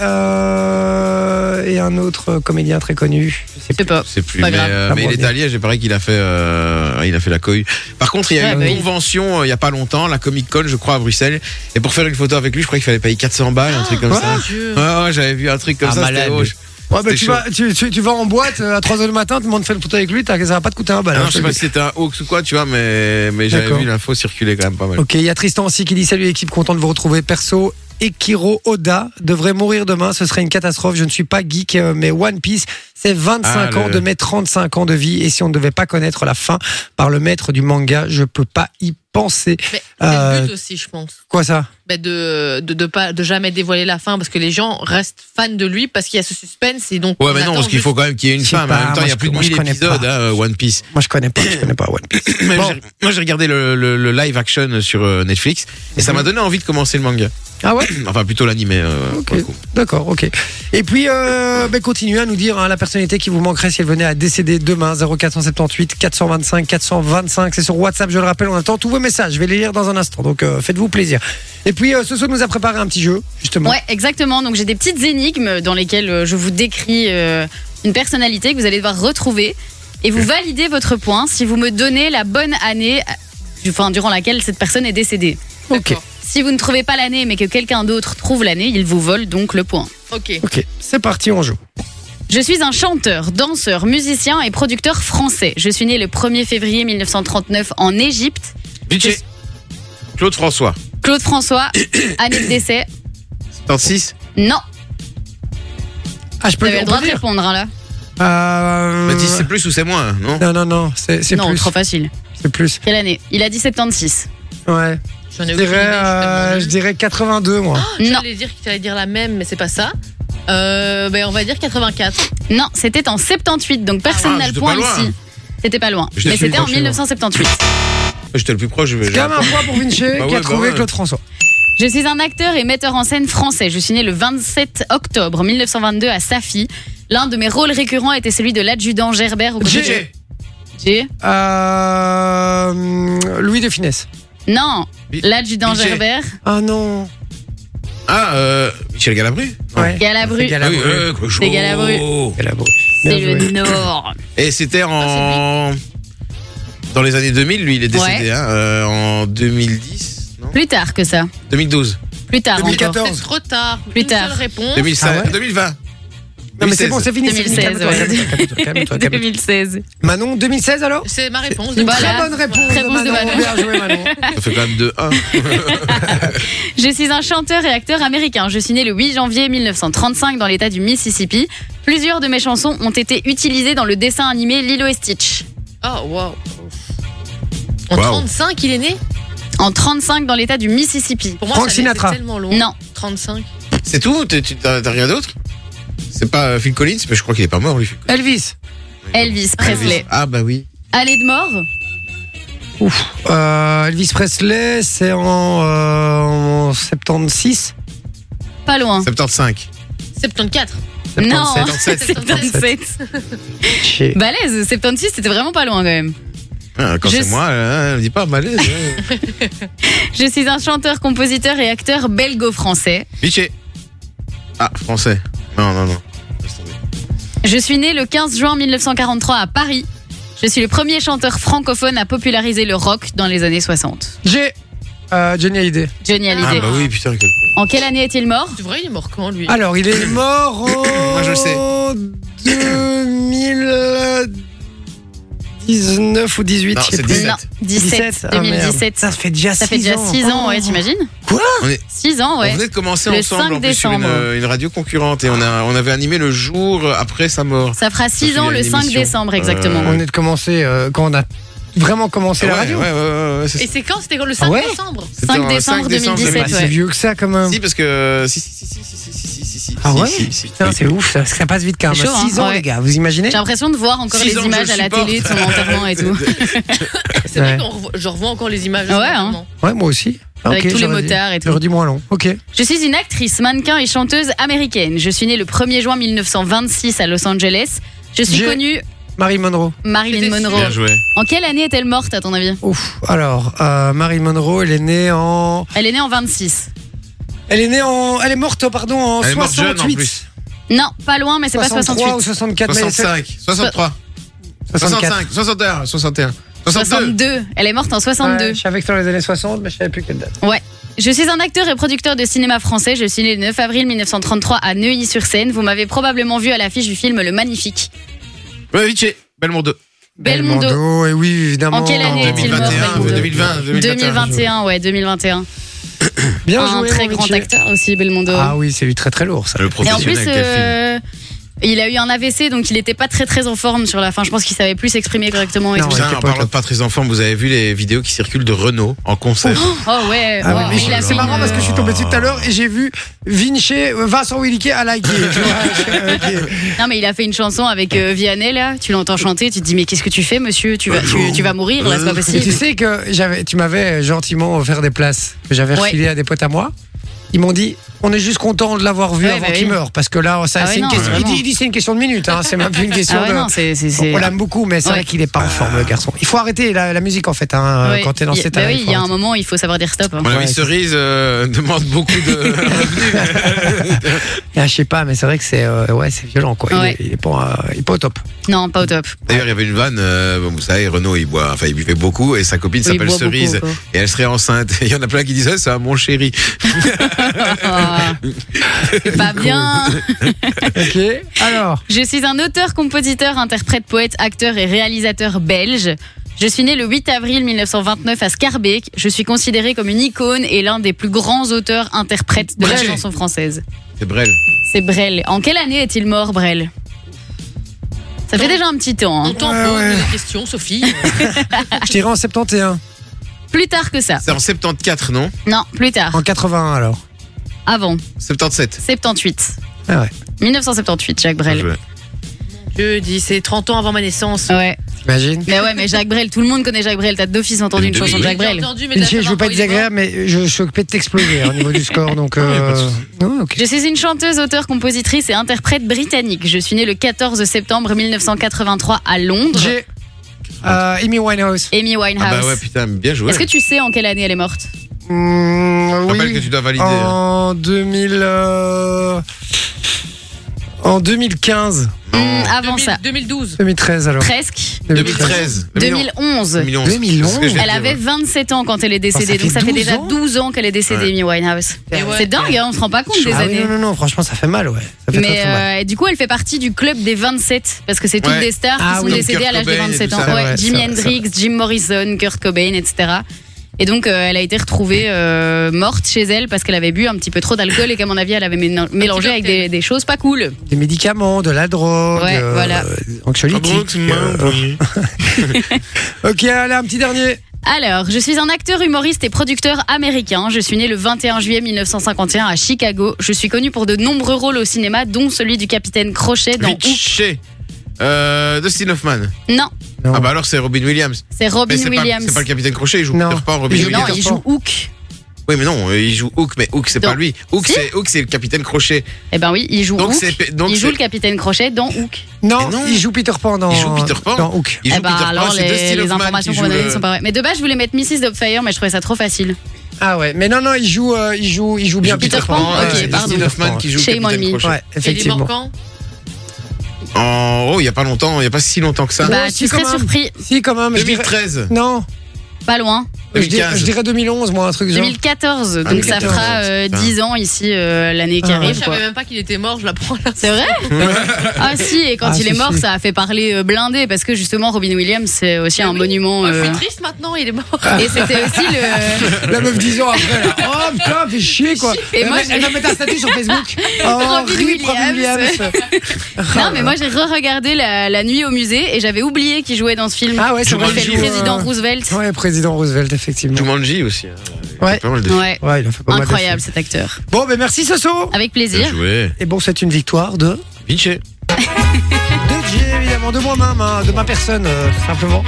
Speaker 3: euh, et un autre comédien très connu. Je sais
Speaker 4: Je sais pas.
Speaker 2: Je sais plus,
Speaker 4: Pas
Speaker 2: mais,
Speaker 4: grave.
Speaker 2: euh,
Speaker 3: Ah
Speaker 2: mais
Speaker 3: bon,
Speaker 2: il est
Speaker 3: bien.
Speaker 2: à Liège et paraît qu'il a fait, euh, il a fait la cohue. Par contre, il y a
Speaker 4: Ouais,
Speaker 2: eu
Speaker 4: bah
Speaker 2: une
Speaker 4: oui.
Speaker 2: convention euh, il y a pas longtemps, la Comic Con, je crois, à Bruxelles. Et pour faire une photo avec lui, je crois qu'il fallait payer 400 balles, un truc comme
Speaker 3: quoi Ah,
Speaker 2: ça.
Speaker 5: Dieu.
Speaker 2: Ouais, ouais, j'avais vu un truc comme
Speaker 7: Un
Speaker 2: ça. c'était
Speaker 7: malade.
Speaker 2: moche.
Speaker 3: Ouais, bah,
Speaker 2: C'était
Speaker 3: tu,
Speaker 2: chaud.
Speaker 3: vas, tu, tu- tu vas en boîte euh, à 3h du matin, tu demandes de faire le photo avec lui, t'as- ça va pas te coûter un bal.
Speaker 2: Ah
Speaker 3: hein,
Speaker 2: non, je sais
Speaker 3: te
Speaker 2: pas
Speaker 3: le
Speaker 2: si c'était un hoax ou quoi, tu vois, mais, mais j'avais
Speaker 3: D'accord.
Speaker 2: vu l'info circuler quand même pas mal.
Speaker 3: dis. Ok, il y a Tristan aussi qui dit Salut équipe, content de vous retrouver. Perso, Ekiro Oda devrait mourir demain, ce serait une catastrophe. Je ne suis pas geek, euh, mais One Piece, c'est 25
Speaker 2: Ah,
Speaker 3: ans
Speaker 2: le-
Speaker 3: de mes 35 ans de vie. Et si on ne devait pas connaître la fin par le maître du manga, je peux pas y penser.
Speaker 5: Mais c'est
Speaker 3: Euh,
Speaker 5: le but aussi, je pense.
Speaker 3: Quoi ça
Speaker 5: Bah, de, de, de pas, de jamais dévoiler la fin parce que les gens restent fans de lui parce qu'il y a ce suspense et donc.
Speaker 2: Ouais,
Speaker 5: on
Speaker 2: mais non,
Speaker 5: attend
Speaker 2: parce qu'il
Speaker 5: juste-
Speaker 2: faut quand même qu'il y ait une
Speaker 3: Je sais
Speaker 2: fin. mais en
Speaker 3: pas,
Speaker 2: même temps, il y
Speaker 3: moi,
Speaker 2: a
Speaker 3: je-
Speaker 2: plus de
Speaker 3: moi, je
Speaker 2: 1000
Speaker 3: connais
Speaker 2: épisodes,
Speaker 3: pas.
Speaker 2: hein, One Piece.
Speaker 3: Moi je connais pas, je connais pas One Piece.
Speaker 2: Mais
Speaker 3: Bon.
Speaker 2: j'ai- Moi, j'ai regardé le, le- le live action sur euh, Netflix et ça
Speaker 3: Mhm.
Speaker 2: m'a donné envie de commencer le manga.
Speaker 3: Ah ouais
Speaker 2: Enfin, plutôt l'animé. euh,
Speaker 3: Ok.
Speaker 2: pour le coup.
Speaker 3: D'accord, ok. Et puis, euh, ben, continuez à nous dire hein, la personnalité qui vous manquerait si elle venait à décéder demain. 0478 425 425. C'est sur WhatsApp, je le rappelle. On attend tous vos messages. Je vais les lire dans un instant. Donc, euh, faites-vous plaisir. Et puis, euh, Soso nous a préparé un petit jeu, justement.
Speaker 4: Ouais, exactement. Donc j'ai des petites énigmes dans lesquelles euh, je vous décris euh, une personnalité que vous allez devoir retrouver et vous validez votre point si vous me donnez la bonne année euh, du- enfin, durant laquelle cette personne est décédée.
Speaker 3: ok.
Speaker 4: Si vous ne trouvez pas l'année mais que quelqu'un d'autre trouve l'année, il vous vole donc le point.
Speaker 5: Ok.
Speaker 3: Ok, c'est parti, on joue.
Speaker 4: Je suis un chanteur, danseur, musicien et producteur français. Je suis né le 1er février 1939 en Égypte.
Speaker 2: Bitché. Claude François.
Speaker 4: Claude François, année de décès.
Speaker 2: 76
Speaker 4: Non,
Speaker 3: Ah, je
Speaker 4: vous
Speaker 3: peux
Speaker 4: avez le
Speaker 3: on peut
Speaker 4: droit de
Speaker 3: dire
Speaker 4: répondre hein, là.
Speaker 3: Euh,
Speaker 2: Mais dis, Bah, c'est plus ou c'est moins, non
Speaker 3: Non, non, non, c'est c'est
Speaker 4: non,
Speaker 3: plus.
Speaker 4: trop facile.
Speaker 3: C'est plus.
Speaker 4: Quelle année Il a dit 76.
Speaker 3: Ouais.
Speaker 5: J'en ai
Speaker 3: Je
Speaker 5: aucune idée,
Speaker 3: dirais,
Speaker 5: je suis tellement
Speaker 3: euh,
Speaker 5: nulle.
Speaker 3: je dirais 82, moi.
Speaker 4: Non.
Speaker 5: J'allais dire qu'il allait dire la même, mais c'est pas ça. Euh, ben, on va dire 84.
Speaker 4: Non, c'était en 78, donc
Speaker 2: Ah,
Speaker 4: personne n'a le
Speaker 2: j'étais
Speaker 4: point
Speaker 2: pas loin.
Speaker 4: ici. C'était pas loin.
Speaker 2: J'étais
Speaker 4: Mais
Speaker 2: sur le
Speaker 4: c'était en
Speaker 2: crochet, moi.
Speaker 4: 1978.
Speaker 2: J'étais le plus proche. je-
Speaker 3: Ah. C'est
Speaker 2: j'ai-
Speaker 3: quand même un point pour Vinci
Speaker 2: Bah
Speaker 3: qui
Speaker 2: ouais,
Speaker 3: a
Speaker 2: bah
Speaker 3: trouvé
Speaker 2: ouais.
Speaker 3: Claude François.
Speaker 4: Je suis un acteur et metteur en scène français. Je suis né le 27 octobre 1922 à Safi. L'un de mes rôles récurrents était celui de l'adjudant Gerbert au côté de
Speaker 3: J'ai-
Speaker 4: J'ai-
Speaker 3: Euh, Louis de Finesse.
Speaker 4: Non,
Speaker 2: Bi-
Speaker 4: l'adjudant
Speaker 2: Bichet.
Speaker 4: Gerbert,
Speaker 3: Ah non.
Speaker 2: Ah, euh, Michel Galabru
Speaker 3: Ouais.
Speaker 4: Galabru.
Speaker 2: Ah oui,
Speaker 3: Galabru.
Speaker 2: euh, quoi, chaud.
Speaker 4: C'est Galabru.
Speaker 3: Galabru.
Speaker 4: C'est
Speaker 3: Bien
Speaker 4: le
Speaker 3: joué.
Speaker 4: Nord.
Speaker 2: Et c'était en.
Speaker 3: Ah,
Speaker 2: Dans les années 2000, lui, il est décédé,
Speaker 4: Ouais.
Speaker 2: hein, euh, en 2010, non
Speaker 4: Plus tard que ça.
Speaker 2: 2012,
Speaker 4: Plus tard encore.
Speaker 3: 2014.
Speaker 5: C'est trop tard.
Speaker 4: Plus
Speaker 5: Une
Speaker 4: tard.
Speaker 5: seule réponse.
Speaker 2: 2005,
Speaker 3: Ah ouais
Speaker 2: 2020.
Speaker 3: Non mais c'est
Speaker 2: 2016.
Speaker 3: bon, c'est fini. c'est fini.
Speaker 4: 2016,
Speaker 3: Calme-toi,
Speaker 4: ouais.
Speaker 3: calme-toi, calme-toi, calme-toi, calme-toi.
Speaker 4: 2016.
Speaker 3: Manon, 2016 alors
Speaker 5: C'est ma réponse.
Speaker 3: Une
Speaker 5: donc
Speaker 4: Voilà.
Speaker 3: très bonne réponse,
Speaker 4: Très réponse de Manon.
Speaker 3: Bien joué Manon.
Speaker 2: Ça fait quand même 2-1.
Speaker 4: Je suis un chanteur et acteur américain. Je suis né le 8 janvier 1935 dans l'état du Mississippi. Plusieurs de mes chansons ont été utilisées dans le dessin animé Lilo et Stitch.
Speaker 5: Oh, wow. En
Speaker 2: Wow.
Speaker 5: 35, il est né
Speaker 4: En 35 dans l'état du Mississippi.
Speaker 5: Pour moi,
Speaker 3: Frank
Speaker 5: ça allait-
Speaker 3: Sinatra.
Speaker 5: c'est tellement long.
Speaker 4: Non,
Speaker 5: 35.
Speaker 2: C'est tout T'es- tu- T'as t'as rien d'autre C'est pas euh, Phil Collins Mais je crois qu'il est pas mort, lui. Phil Collins.
Speaker 3: Elvis.
Speaker 4: Elvis Presley.
Speaker 2: Ah, bah oui.
Speaker 4: Allée de mort
Speaker 3: Ouf. Euh, Elvis Presley, c'est en, euh, en 76.
Speaker 4: Pas loin.
Speaker 2: 75.
Speaker 5: 74.
Speaker 4: Non,
Speaker 3: 77.
Speaker 4: 77.
Speaker 3: Chier.
Speaker 4: Balèze, 76, c'était vraiment pas loin quand même.
Speaker 2: Ah, quand
Speaker 4: Je
Speaker 2: c'est
Speaker 4: sais-
Speaker 2: moi, euh, hein, dis pas malaise. hein.
Speaker 4: Je suis un chanteur, compositeur et acteur belgo-français.
Speaker 2: Vichy. Ah, français. Non, non, non. Laisse tomber.
Speaker 4: Je suis né le 15 juin 1943 à Paris. Je suis le premier chanteur francophone à populariser le rock dans les années 60.
Speaker 3: J'ai euh, Johnny Hallyday.
Speaker 4: Johnny
Speaker 5: Ah,
Speaker 2: Ah,
Speaker 4: Hallyday.
Speaker 2: bah oui, putain, quel con.
Speaker 4: En quelle année est-il mort
Speaker 5: C'est vrai, il est mort quand, lui
Speaker 3: Alors, il est mort en
Speaker 2: Moi, je le sais.
Speaker 3: 2019 ou 18,
Speaker 2: Non,
Speaker 3: je sais
Speaker 2: c'est
Speaker 3: plus.
Speaker 2: 17.
Speaker 4: Non, 17,
Speaker 3: Ah, merde.
Speaker 4: 2017.
Speaker 3: Ça fait déjà Oh, 6
Speaker 4: Ça fait déjà 6 ans, ouais, t'imagines
Speaker 3: Quoi
Speaker 2: On est-
Speaker 4: 6 ans,
Speaker 2: On
Speaker 4: ouais.
Speaker 2: venait de commencer
Speaker 4: Le
Speaker 2: ensemble
Speaker 4: 5
Speaker 2: en plus sur une,
Speaker 4: décembre.
Speaker 2: euh, une radio concurrente et on, a, on avait animé le jour après sa mort.
Speaker 4: Ça fera 6
Speaker 2: Sauf
Speaker 4: ans
Speaker 2: qu'il y a
Speaker 4: le
Speaker 2: une
Speaker 4: 5
Speaker 2: émission.
Speaker 4: décembre, exactement.
Speaker 2: Euh,
Speaker 3: On est de commencer euh, quand on a vraiment commencé la
Speaker 2: Ouais,
Speaker 3: radio.
Speaker 2: ouais, ouais, ouais, ouais, c'est ça.
Speaker 5: Et c'est quand C'était le 5
Speaker 3: Ah ouais
Speaker 5: décembre.
Speaker 2: C'était
Speaker 4: 5
Speaker 2: en
Speaker 4: décembre
Speaker 3: C'est
Speaker 4: 2017,
Speaker 3: pas si
Speaker 4: ouais.
Speaker 3: vieux que ça, quand même.
Speaker 2: Si, parce que. euh, Si, si, si, si, si, si, si, si, si, si,
Speaker 3: Ah
Speaker 2: si,
Speaker 3: ouais
Speaker 2: si, si.
Speaker 3: Putain, c'est ouf, ça, ça passe vite quand même.
Speaker 4: C'est chaud,
Speaker 3: 6
Speaker 4: hein,
Speaker 3: ans,
Speaker 4: ouais.
Speaker 3: les gars, vous imaginez
Speaker 4: J'ai l'impression de voir encore
Speaker 2: Six
Speaker 4: les
Speaker 2: ans que
Speaker 4: images
Speaker 2: je
Speaker 4: à la
Speaker 2: supporte.
Speaker 4: télé de son enterrement et tout.
Speaker 5: C'est
Speaker 3: Ouais.
Speaker 5: vrai qu'on revoit, je revois encore les images.
Speaker 4: Ah ouais,
Speaker 5: maintenant.
Speaker 3: Ouais, moi aussi. Ah,
Speaker 4: Avec
Speaker 3: ok,
Speaker 4: tous les
Speaker 3: j'aurais dit-
Speaker 4: motards et tout.
Speaker 3: J'aurais dit moins long. Ok.
Speaker 4: Je suis une actrice, mannequin et chanteuse américaine. Je suis née le 1er juin 1926 à Los Angeles. Je suis
Speaker 3: J'ai-
Speaker 4: connue
Speaker 3: Marie Monroe.
Speaker 4: Marilyn
Speaker 5: J'étais sûre.
Speaker 4: Monroe.
Speaker 2: Bien joué.
Speaker 4: En quelle année est-elle morte à ton avis
Speaker 3: Ouf. Alors, euh, Marie Monroe, elle est née en.
Speaker 4: Elle est née en 26.
Speaker 3: Elle est née en. Elle est morte, pardon, en
Speaker 2: Elle est morte
Speaker 3: 68.
Speaker 2: jeune, en plus.
Speaker 4: Non, pas loin, mais c'est pas
Speaker 3: 63 ou
Speaker 4: 68.
Speaker 3: 64. mais c'est-
Speaker 2: 65, 63,
Speaker 3: 64.
Speaker 2: 65, 61, 61, 62.
Speaker 4: 62. Elle est morte en 62.
Speaker 3: Ouais, je savais que dans les années 60, mais je savais plus quelle date.
Speaker 4: Je suis un acteur et producteur de cinéma français. Je suis né le 9 avril 1933 à Neuilly-sur-Seine. Vous m'avez probablement vu à l'affiche du film Le Magnifique.
Speaker 2: Ouais, vite, chez Belmondo.
Speaker 4: Belmondo.
Speaker 3: et oui, évidemment.
Speaker 4: En quelle année est-il mort,
Speaker 2: 2021,
Speaker 4: Belmondo
Speaker 2: 2020, 2021.
Speaker 4: 2021, ouais, 2021.
Speaker 3: Bien
Speaker 4: un
Speaker 3: joué,
Speaker 4: très
Speaker 3: mon
Speaker 4: grand
Speaker 3: Richie.
Speaker 4: acteur aussi, Belmondo.
Speaker 3: Ah oui, c'est du très très lourd ça.
Speaker 2: Le
Speaker 4: et en plus,
Speaker 2: professionnel qu'a fait.
Speaker 4: euh, il a eu un AVC, donc il n'était pas très très en forme sur la fin. Je pense qu'il savait plus s'exprimer correctement et
Speaker 3: Non,
Speaker 4: tout.
Speaker 3: ouais.
Speaker 2: Putain,
Speaker 3: t'es
Speaker 2: en
Speaker 3: pas au
Speaker 2: parlant de
Speaker 3: top.
Speaker 2: pas très enfant, vous avez vu les vidéos qui circulent de Renault en concert.
Speaker 4: Oh ouais,
Speaker 3: Ah oui,
Speaker 4: oh,
Speaker 3: mais
Speaker 4: il a
Speaker 3: c'est
Speaker 4: fait
Speaker 3: marrant
Speaker 4: une-
Speaker 3: parce que je suis tombé dessus tout à l'heure et j'ai vu Vinci, euh, Vincent Williquet à la guille, tu vois. euh, Ok.
Speaker 4: Non mais il a fait une chanson avec euh, Vianney là, tu l'entends chanter, tu te dis mais qu'est-ce que tu fais monsieur, tu vas, tu, tu vas mourir là, c'est pas
Speaker 3: Et tu
Speaker 4: possible.
Speaker 3: sais que j'avais, tu m'avais gentiment offert des places que j'avais
Speaker 4: Ouais.
Speaker 3: refilées à des potes à moi. Ils m'ont dit, on est juste content de l'avoir vu
Speaker 4: Ouais,
Speaker 3: avant
Speaker 4: bah
Speaker 3: qu'il
Speaker 4: oui.
Speaker 3: meure, parce que là, ça,
Speaker 4: Ah
Speaker 3: c'est
Speaker 4: ouais,
Speaker 3: une
Speaker 4: non,
Speaker 3: question. Il
Speaker 4: vraiment.
Speaker 3: dit, il dit c'est une question de minutes, hein, c'est Oh, même plus une question
Speaker 4: Ah ouais
Speaker 3: de.
Speaker 4: non, c'est c'est- c'est- Ah
Speaker 3: on l'aime beaucoup, mais c'est
Speaker 4: Ouais.
Speaker 3: vrai qu'il est pas en forme, le garçon. Il faut arrêter la, la musique en fait hein,
Speaker 4: Ouais.
Speaker 3: quand t'es dans
Speaker 4: Il-
Speaker 3: cet
Speaker 4: bah
Speaker 3: âge, faut
Speaker 4: oui, il y a un
Speaker 3: arrêter.
Speaker 4: moment il faut savoir dire stop. hein.
Speaker 2: Mon
Speaker 3: Ouais,
Speaker 2: ami
Speaker 3: c'est-
Speaker 2: Cerise euh, demande beaucoup de revenus.
Speaker 3: Ah, je sais pas, mais c'est vrai que c'est euh, ouais, c'est violent quoi. Il
Speaker 4: Ouais.
Speaker 3: est- Il, est, pas, euh, il est pas au top.
Speaker 4: Non, pas au top.
Speaker 2: D'ailleurs, il y avait une vanne, euh, bon, vous savez, Renault, il boit, enfin, il buvait beaucoup et sa copine
Speaker 4: Oui, il
Speaker 2: s'appelle
Speaker 4: boit beaucoup
Speaker 2: Cerise
Speaker 4: encore.
Speaker 2: et elle serait enceinte. Et Il y en a plein qui disaient, c'est un mon chéri.
Speaker 4: Ah. pas bien.
Speaker 3: Ok. Alors,
Speaker 4: Je suis un auteur, compositeur, interprète, poète, acteur et réalisateur belge. Je suis né le 8 avril 1929 à Scarbeck. Je suis considéré comme une icône et l'un des plus grands auteurs interprètes de la
Speaker 2: Brel.
Speaker 4: chanson française.
Speaker 2: C'est Brel.
Speaker 4: C'est Brel. En quelle année est-il mort, Brel Ça fait
Speaker 5: Dans-
Speaker 4: déjà un petit temps. hein.
Speaker 5: On t'en
Speaker 3: Ouais,
Speaker 5: pose
Speaker 3: ouais.
Speaker 5: des questions, Sophie.
Speaker 4: Ah.
Speaker 3: je dirais en 71,
Speaker 4: Plus tard que ça.
Speaker 2: C'est en 74, non
Speaker 4: Non, plus tard.
Speaker 3: en 81 alors.
Speaker 4: Avant.
Speaker 2: 77.
Speaker 4: 78.
Speaker 3: Ah ouais.
Speaker 4: 1978, Jacques
Speaker 2: Bien
Speaker 4: Brel.
Speaker 2: joué.
Speaker 5: Je dis, c'est 30 ans avant ma naissance.
Speaker 4: Ouais.
Speaker 3: T'imagines
Speaker 4: Mais ouais, mais Jacques Brel, tout le monde connaît Jacques Brel. T'as d'office entendu une
Speaker 2: Oui,
Speaker 4: chanson
Speaker 2: oui,
Speaker 4: de Jacques Brel.
Speaker 5: entendu, mais de la
Speaker 3: Vinci, je veux
Speaker 5: savoir
Speaker 3: pas
Speaker 5: quand
Speaker 3: être
Speaker 5: il est mort.
Speaker 3: désagréable, mais je suis occupé de t'exploser hein, au niveau du score, donc.
Speaker 2: Ah, y a pas de
Speaker 3: euh,
Speaker 2: souci.
Speaker 3: non, ok.
Speaker 4: Je suis une chanteuse, auteure, compositrice et interprète britannique. Je suis née le 14 septembre 1983 à Londres.
Speaker 3: J'ai euh, Amy Winehouse.
Speaker 4: Amy Winehouse.
Speaker 2: Ah bah ouais, putain, bien joué.
Speaker 4: Est-ce que tu sais en quelle année elle est morte
Speaker 3: Mmh,
Speaker 2: Je rappelle que
Speaker 3: oui.
Speaker 2: tu hein. dois valider.
Speaker 3: En 2000. euh, En 2015.
Speaker 2: Non.
Speaker 4: Hmm, Avant ça.
Speaker 5: 2012.
Speaker 3: 2013 alors.
Speaker 4: Presque.
Speaker 3: Oh,
Speaker 2: 2013.
Speaker 4: 2011.
Speaker 2: 2011.
Speaker 3: 2011.
Speaker 2: C'est ce que je viens de
Speaker 4: Elle
Speaker 2: dire,
Speaker 4: avait
Speaker 2: ouais.
Speaker 4: 27 ans quand elle est décédée,
Speaker 3: Enfin, Oh, ça
Speaker 4: donc
Speaker 3: fait
Speaker 4: ça
Speaker 3: 12
Speaker 4: fait déjà
Speaker 3: ans.
Speaker 4: 12 ans qu'elle est décédée,
Speaker 2: Ouais.
Speaker 4: Amy Winehouse.
Speaker 5: Et ouais.
Speaker 4: C'est dingue, hein, on se rend pas compte des
Speaker 3: Ah oui,
Speaker 4: années.
Speaker 3: non, non, non, franchement, ça fait mal, ouais. Ça fait très,
Speaker 4: Mais
Speaker 3: très mal.
Speaker 4: euh, du coup, elle fait partie du club des 27 parce que c'est toutes
Speaker 2: Ouais.
Speaker 4: des stars
Speaker 3: Ah
Speaker 4: qui sont
Speaker 3: oui.
Speaker 4: décédées
Speaker 2: Kurt
Speaker 4: à l'âge des
Speaker 2: Cobain et
Speaker 4: 27
Speaker 2: tout
Speaker 4: ans.
Speaker 2: ça,
Speaker 4: Ouais,
Speaker 3: ouais,
Speaker 4: Jimi
Speaker 3: ça,
Speaker 4: Hendrix, Jim Morrison, Kurt Cobain, etc. Et donc, euh, elle a été retrouvée euh, morte chez elle parce qu'elle avait bu un petit peu trop d'alcool et qu'à mon avis, elle avait ména- mélangé avec des, des choses pas cool.
Speaker 3: Des médicaments, de la drogue,
Speaker 4: Ouais,
Speaker 3: euh,
Speaker 4: voilà.
Speaker 3: anxiolytiques.
Speaker 2: Ah
Speaker 3: euh,
Speaker 2: bon, c'est
Speaker 3: ok, allez, un petit dernier.
Speaker 4: Alors, je suis un acteur, humoriste et producteur américain. Je suis né le 21 juillet 1951 à Chicago. Je suis connu pour de nombreux rôles au cinéma, dont celui du capitaine Crochet dans
Speaker 2: moi.
Speaker 4: Hook.
Speaker 2: Vichy. Euh, Dustin Hoffman.
Speaker 4: Non,
Speaker 3: Non.
Speaker 2: Ah bah alors c'est Robin Williams.
Speaker 4: c'est
Speaker 2: Mais
Speaker 4: Robin
Speaker 2: c'est pas,
Speaker 4: Williams.
Speaker 2: c'est pas le capitaine Crochet, il joue
Speaker 3: Non.
Speaker 2: Peter Pan, Robin
Speaker 3: Il joue
Speaker 4: non,
Speaker 2: Williams.
Speaker 3: Peter
Speaker 4: il
Speaker 3: Pan.
Speaker 4: joue Hook.
Speaker 2: Oui mais non, euh, il joue Hook, mais Hook c'est
Speaker 4: Dans-
Speaker 2: pas lui. Hook
Speaker 4: Si.
Speaker 2: c'est Hook c'est le capitaine Crochet.
Speaker 4: Eh ben oui, il joue
Speaker 2: Donc
Speaker 4: Hook.
Speaker 2: c'est pe- donc
Speaker 4: il joue
Speaker 2: c'est-
Speaker 4: le capitaine Crochet dans Hook.
Speaker 3: Non,
Speaker 2: Mais non.
Speaker 3: il joue Peter Pan dans,
Speaker 2: Il joue Peter Pan.
Speaker 3: dans Hook.
Speaker 2: Il joue
Speaker 4: Eh ben,
Speaker 2: Peter Pan,
Speaker 4: alors
Speaker 2: c'est
Speaker 4: les,
Speaker 2: Dustin
Speaker 4: les
Speaker 2: Hoffman
Speaker 4: informations
Speaker 2: qui
Speaker 4: qu'on m'a
Speaker 2: joue
Speaker 4: données
Speaker 2: le-
Speaker 4: ne sont pas vraies. Mais de base, je voulais mettre Mrs. Doubtfire, mais je trouvais ça trop facile.
Speaker 3: Ah ouais, mais non, non, il joue, euh, il joue, il joue bien
Speaker 2: joue Peter
Speaker 3: Peter
Speaker 4: Pan.
Speaker 3: Pan. euh,
Speaker 4: Ok,
Speaker 3: ouais,
Speaker 2: c'est
Speaker 3: il
Speaker 4: pardon.
Speaker 3: joue
Speaker 2: Dustin
Speaker 3: Peter Pan,
Speaker 2: Hoffman qui joue le
Speaker 4: Shame on
Speaker 2: capitaine
Speaker 4: me.
Speaker 2: Crochet.
Speaker 3: Ouais,
Speaker 5: Il est mort
Speaker 3: effectivement.
Speaker 5: quand
Speaker 2: En oh, il y a pas longtemps, il y a pas si longtemps que ça.
Speaker 4: bah,
Speaker 3: aussi,
Speaker 4: tu serais
Speaker 3: quand même.
Speaker 4: surpris.
Speaker 3: Si, quand même. je dirais-
Speaker 2: 2013.
Speaker 3: Non,
Speaker 4: Pas loin.
Speaker 3: Je, dirais,
Speaker 2: 2015.
Speaker 3: je dirais 2011, moi, un truc genre.
Speaker 4: 2014,
Speaker 2: Ah,
Speaker 4: donc ça
Speaker 2: 2014,
Speaker 4: fera euh,
Speaker 2: putain.
Speaker 4: 10 ans ici euh, l'année qui
Speaker 3: Ah,
Speaker 5: Moi, je
Speaker 4: arrive. quoi.
Speaker 5: savais même pas qu'il était mort, je l'apprends là.
Speaker 4: C'est vrai Ah si, et quand
Speaker 3: Ah,
Speaker 4: il
Speaker 3: si,
Speaker 4: est mort,
Speaker 3: si.
Speaker 4: ça a fait parler euh, blindé parce que justement Robin Williams c'est aussi
Speaker 5: Ah
Speaker 4: un
Speaker 5: oui.
Speaker 4: monument.
Speaker 5: Moi, Je
Speaker 4: euh,
Speaker 5: suis triste maintenant, il est mort.
Speaker 4: Et c'était aussi le
Speaker 3: La meuf 10 ans après, là. Oh putain, fais chier quoi.
Speaker 4: Et
Speaker 3: elle,
Speaker 4: moi,
Speaker 3: va-
Speaker 4: j'ai-
Speaker 3: elle va mettre un statut sur Facebook. Oh,
Speaker 4: Robin
Speaker 3: rip, Robin
Speaker 4: Williams. Non mais moi j'ai re-regardé la, La nuit au musée et j'avais oublié qu'il jouait dans ce film.
Speaker 3: Ah ouais, c'est
Speaker 4: Il
Speaker 2: vrai,
Speaker 4: fait
Speaker 2: il
Speaker 4: le
Speaker 2: joue,
Speaker 4: président
Speaker 3: euh,
Speaker 4: Roosevelt.
Speaker 3: Ouais, président Roosevelt, effectivement.
Speaker 2: Jumanji aussi. hein.
Speaker 3: Ouais.
Speaker 2: Pas mal de-
Speaker 4: Ouais.
Speaker 3: Ouais, il a fait pas mal de
Speaker 4: Incroyable cet acteur.
Speaker 3: films. Bon, ben merci Soso.
Speaker 4: Avec
Speaker 2: Bien
Speaker 4: plaisir.
Speaker 2: joué.
Speaker 3: Et bon, c'est une victoire de.
Speaker 2: Vinci.
Speaker 3: de Jay, évidemment, de moi-même, hein, de ma personne, euh, tout simplement.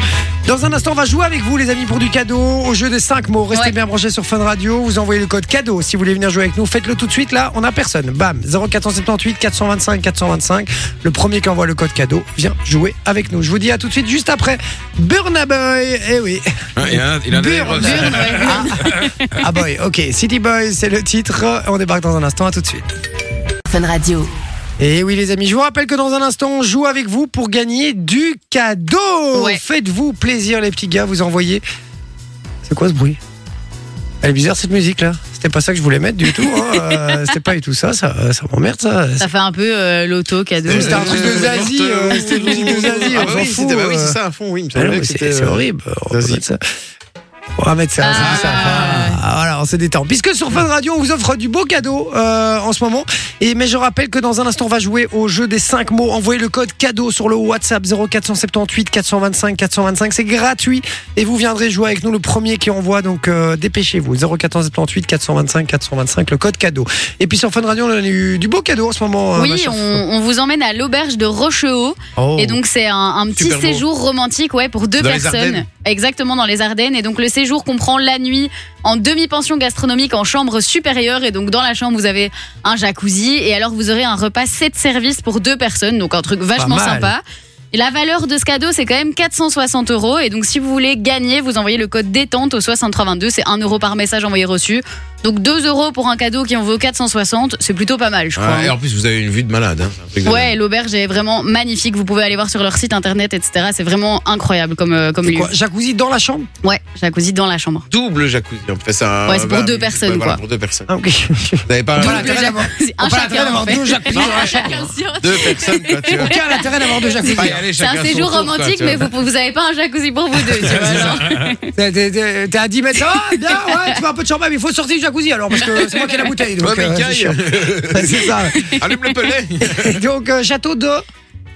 Speaker 3: Dans un instant, on va jouer avec vous, les amis, pour du cadeau au jeu des 5 mots. Restez
Speaker 4: Ouais.
Speaker 3: bien branchés sur Fun Radio. Vous envoyez le code cadeau si vous voulez venir jouer avec nous. Faites-le tout de suite. Là, on a personne. Bam 0478 425 425. Le premier qui envoie le code cadeau vient jouer avec nous. Je vous dis à tout de suite, juste après. Burna Boy. Eh oui.
Speaker 2: Ah, il a, il a des
Speaker 3: Burn.
Speaker 2: roses.
Speaker 4: Burn, ouais, Burn.
Speaker 3: Ah, boy. Ok. City Boy, c'est le titre. On débarque dans un instant. À tout de suite.
Speaker 6: Fun Radio.
Speaker 3: Et Eh oui les amis, je vous rappelle que dans un instant on joue avec vous pour gagner du cadeau.
Speaker 4: Ouais.
Speaker 3: Faites-vous plaisir les petits gars, vous envoyez... C'est quoi ce bruit Elle est bizarre cette musique là. C'était pas ça que je voulais mettre du tout. Hein. Euh, C'était pas du tout ça, ça, euh, ça m'emmerde ça.
Speaker 4: Ça fait un peu euh, l'auto cadeau.
Speaker 3: C'était un truc de
Speaker 2: Euh,
Speaker 3: Zazie,
Speaker 2: mortel.
Speaker 3: euh, c'était une musique de Zazie,
Speaker 2: Ah
Speaker 3: on
Speaker 2: bah
Speaker 3: s'en
Speaker 2: oui,
Speaker 3: fout,
Speaker 2: c'était- bah oui,
Speaker 3: euh.
Speaker 2: c'est ça à fond, oui. il me
Speaker 3: Ah
Speaker 2: semblait
Speaker 3: non, mais
Speaker 2: que
Speaker 3: C'est
Speaker 2: c'était,
Speaker 3: c'est
Speaker 2: euh,
Speaker 3: horrible. On va
Speaker 2: Zazie.
Speaker 3: mettre ça. On va mettre ça, ça,
Speaker 4: Ah.
Speaker 3: ça. Ah, voilà, on se détend. Puisque sur Fun Radio, on vous offre du beau cadeau euh, en ce moment. Et, mais je rappelle que dans un instant, on va jouer au jeu des 5 mots. Envoyez le code cadeau sur le WhatsApp 0478 425 425. C'est gratuit. Et vous viendrez jouer avec nous le premier qui envoie. Donc euh, dépêchez-vous. 0478 425 425, le code cadeau. Et puis sur Fun Radio, on a eu du beau cadeau en ce moment. euh, ma
Speaker 4: Oui,
Speaker 3: chère.
Speaker 4: on, on vous emmène à l'auberge de Rochehaut.
Speaker 3: Oh.
Speaker 4: Et donc c'est un, un petit
Speaker 2: Super beau.
Speaker 4: séjour romantique ouais, pour deux
Speaker 2: Dans les
Speaker 4: personnes.
Speaker 2: Ardennes.
Speaker 4: Exactement dans les Ardennes. Et donc le séjour comprend la nuit en demi-pension gastronomique en chambre supérieure. Et donc dans la chambre vous avez un jacuzzi. Et alors vous aurez un repas 7 services pour deux personnes. Donc un truc vachement
Speaker 3: mal.
Speaker 4: sympa. Et la valeur de ce cadeau, c'est quand même 460 euros. Et donc, si vous voulez gagner, vous envoyez le code détente au 6322. C'est 1 euro par message envoyé reçu. Donc, 2 euros pour un cadeau qui en vaut 460, c'est plutôt pas mal, je crois.
Speaker 2: Ah, et en plus, vous avez une vue de malade. Hein. C'est un truc de
Speaker 4: Ouais, l'auberge est vraiment magnifique. Vous pouvez aller voir sur leur site internet, etc. C'est vraiment incroyable comme, euh, comme
Speaker 3: C'est
Speaker 4: lieu.
Speaker 3: quoi Jacuzzi dans la chambre
Speaker 4: Ouais, jacuzzi dans la chambre.
Speaker 2: double jacuzzi. On fait ça. bah,
Speaker 4: Ouais, c'est pour deux personnes,
Speaker 2: voilà,
Speaker 4: quoi.
Speaker 2: pour deux personnes.
Speaker 3: Ah, ok.
Speaker 2: Vous n'avez pas
Speaker 3: Voilà,
Speaker 4: Double
Speaker 3: t'as raison.
Speaker 4: jacuzzi,
Speaker 3: On
Speaker 4: un
Speaker 3: parle
Speaker 4: chacun.
Speaker 3: d'avoir
Speaker 4: en fait.
Speaker 3: deux jacuzzi.
Speaker 2: deux personnes, quoi, tu vois.
Speaker 3: Aucun intérêt d'avoir deux jacuzzi.
Speaker 2: Pas y aller
Speaker 4: C'est
Speaker 2: chacun
Speaker 4: un
Speaker 2: son
Speaker 4: séjour
Speaker 2: tour, quoi,
Speaker 4: romantique,
Speaker 2: tu vois.
Speaker 4: mais vous vous avez pas un jacuzzi pour vous deux. tu vois, genre.
Speaker 3: T'es- T'es t'es- t'es à 10 mètres. Ah, bien, ouais, tu veux un peu de champagne, mais il faut sortir du jacuzzi alors, parce que c'est moi qui ai la bouteille. Donc,
Speaker 2: Ouais, mais
Speaker 3: euh, c'est
Speaker 2: caille.
Speaker 3: chiant. Ouais, c'est ça.
Speaker 2: Allume le pelé.
Speaker 3: Donc, euh, château de.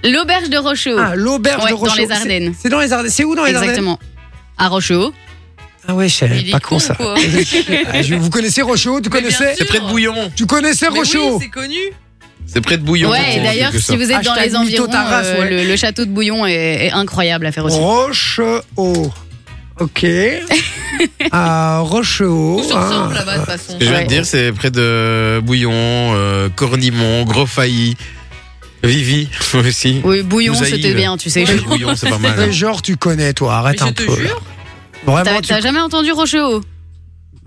Speaker 4: L'auberge de Rocheau.
Speaker 3: Ah, l'auberge
Speaker 4: Ouais,
Speaker 3: de
Speaker 4: dans
Speaker 3: Rochon.
Speaker 4: les Ardennes.
Speaker 3: C'est dans les Ardennes. C'est où dans les Ardennes
Speaker 4: Exactement. À Rocheau.
Speaker 3: Ah, ouais,
Speaker 5: Il
Speaker 3: c'est
Speaker 5: est
Speaker 3: pas
Speaker 5: con,
Speaker 3: con ça.
Speaker 5: quoi.
Speaker 3: Ah, je- Vous connaissez Rochon Tu
Speaker 5: Mais bien
Speaker 3: connaissais
Speaker 5: sûr.
Speaker 2: C'est près de Bouillon.
Speaker 3: Tu connaissais
Speaker 5: Mais oui,
Speaker 3: Rochon
Speaker 5: c'est connu.
Speaker 2: C'est près de Bouillon.
Speaker 4: Ouais, et
Speaker 2: c'est
Speaker 4: d'ailleurs,
Speaker 2: quelque
Speaker 4: si vous êtes dans
Speaker 3: Hashtag
Speaker 4: les environs,
Speaker 3: mytho Taras,
Speaker 4: euh,
Speaker 3: ouais. Oh.
Speaker 4: le, le château de Bouillon est, est incroyable à faire aussi.
Speaker 3: Rocheau. Ok. À Rocheau.
Speaker 5: Tout se
Speaker 3: hein.
Speaker 5: ressemble là-bas de toute
Speaker 2: Ce
Speaker 5: façon.
Speaker 2: que je viens
Speaker 4: Ouais.
Speaker 2: de dire, c'est près de Bouillon, euh, Cornimont, Gros Failli, Vivi aussi.
Speaker 4: Oui, Bouillon,
Speaker 2: Vous aïe,
Speaker 4: c'était
Speaker 2: euh,
Speaker 4: bien, tu sais.
Speaker 2: Ouais, Bouillon, c'est pas mal. hein.
Speaker 3: Mais genre, tu connais, toi.
Speaker 5: Mais
Speaker 3: Arrête
Speaker 5: je
Speaker 3: un
Speaker 5: te
Speaker 3: peu.
Speaker 5: jure,
Speaker 3: Vraiment,
Speaker 4: T'as
Speaker 3: tu.
Speaker 4: t'as jamais entendu Rocheau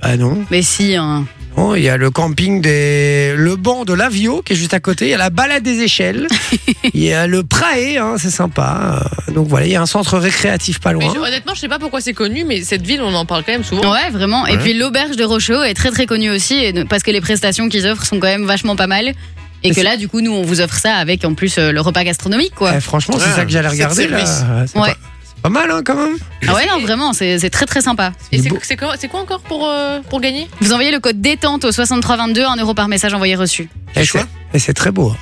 Speaker 3: Ah non.
Speaker 4: Mais si, hein.
Speaker 3: Bon, il y a le camping des. Le banc de l'Avio qui est juste à côté. Il y a la balade des échelles. il y a le Praé, hein, c'est sympa. Euh, Donc voilà, il y a un centre récréatif pas
Speaker 5: mais
Speaker 3: loin.
Speaker 5: je- honnêtement, je sais pas pourquoi c'est connu, mais cette ville, on en parle quand même souvent.
Speaker 4: Ouais, vraiment. Et
Speaker 2: Ouais.
Speaker 4: puis l'auberge de Rocheau est très très connue aussi, et de- parce que les prestations qu'ils offrent sont quand même vachement pas mal. Et
Speaker 3: Et
Speaker 4: que
Speaker 3: c'est-
Speaker 4: là, du coup, nous, on vous offre ça avec en plus euh, le repas gastronomique, quoi.
Speaker 3: Eh, franchement, c'est
Speaker 2: Ouais,
Speaker 3: ça que j'allais
Speaker 2: c'est
Speaker 3: regarder
Speaker 2: de
Speaker 3: là.
Speaker 2: service.
Speaker 3: C'est
Speaker 4: Ouais.
Speaker 3: pas, c'est pas mal hein, quand même.
Speaker 4: Ah ouais, non, vraiment, c'est c'est très très sympa.
Speaker 5: Et c'est-
Speaker 3: beau.
Speaker 5: c'est quoi, c'est quoi encore pour, euh, pour gagner
Speaker 4: Vous envoyez le code détente au 6322, 1 euro par message envoyé reçu.
Speaker 3: Et
Speaker 2: chouette.
Speaker 3: c'est- et c'est très beau. hein.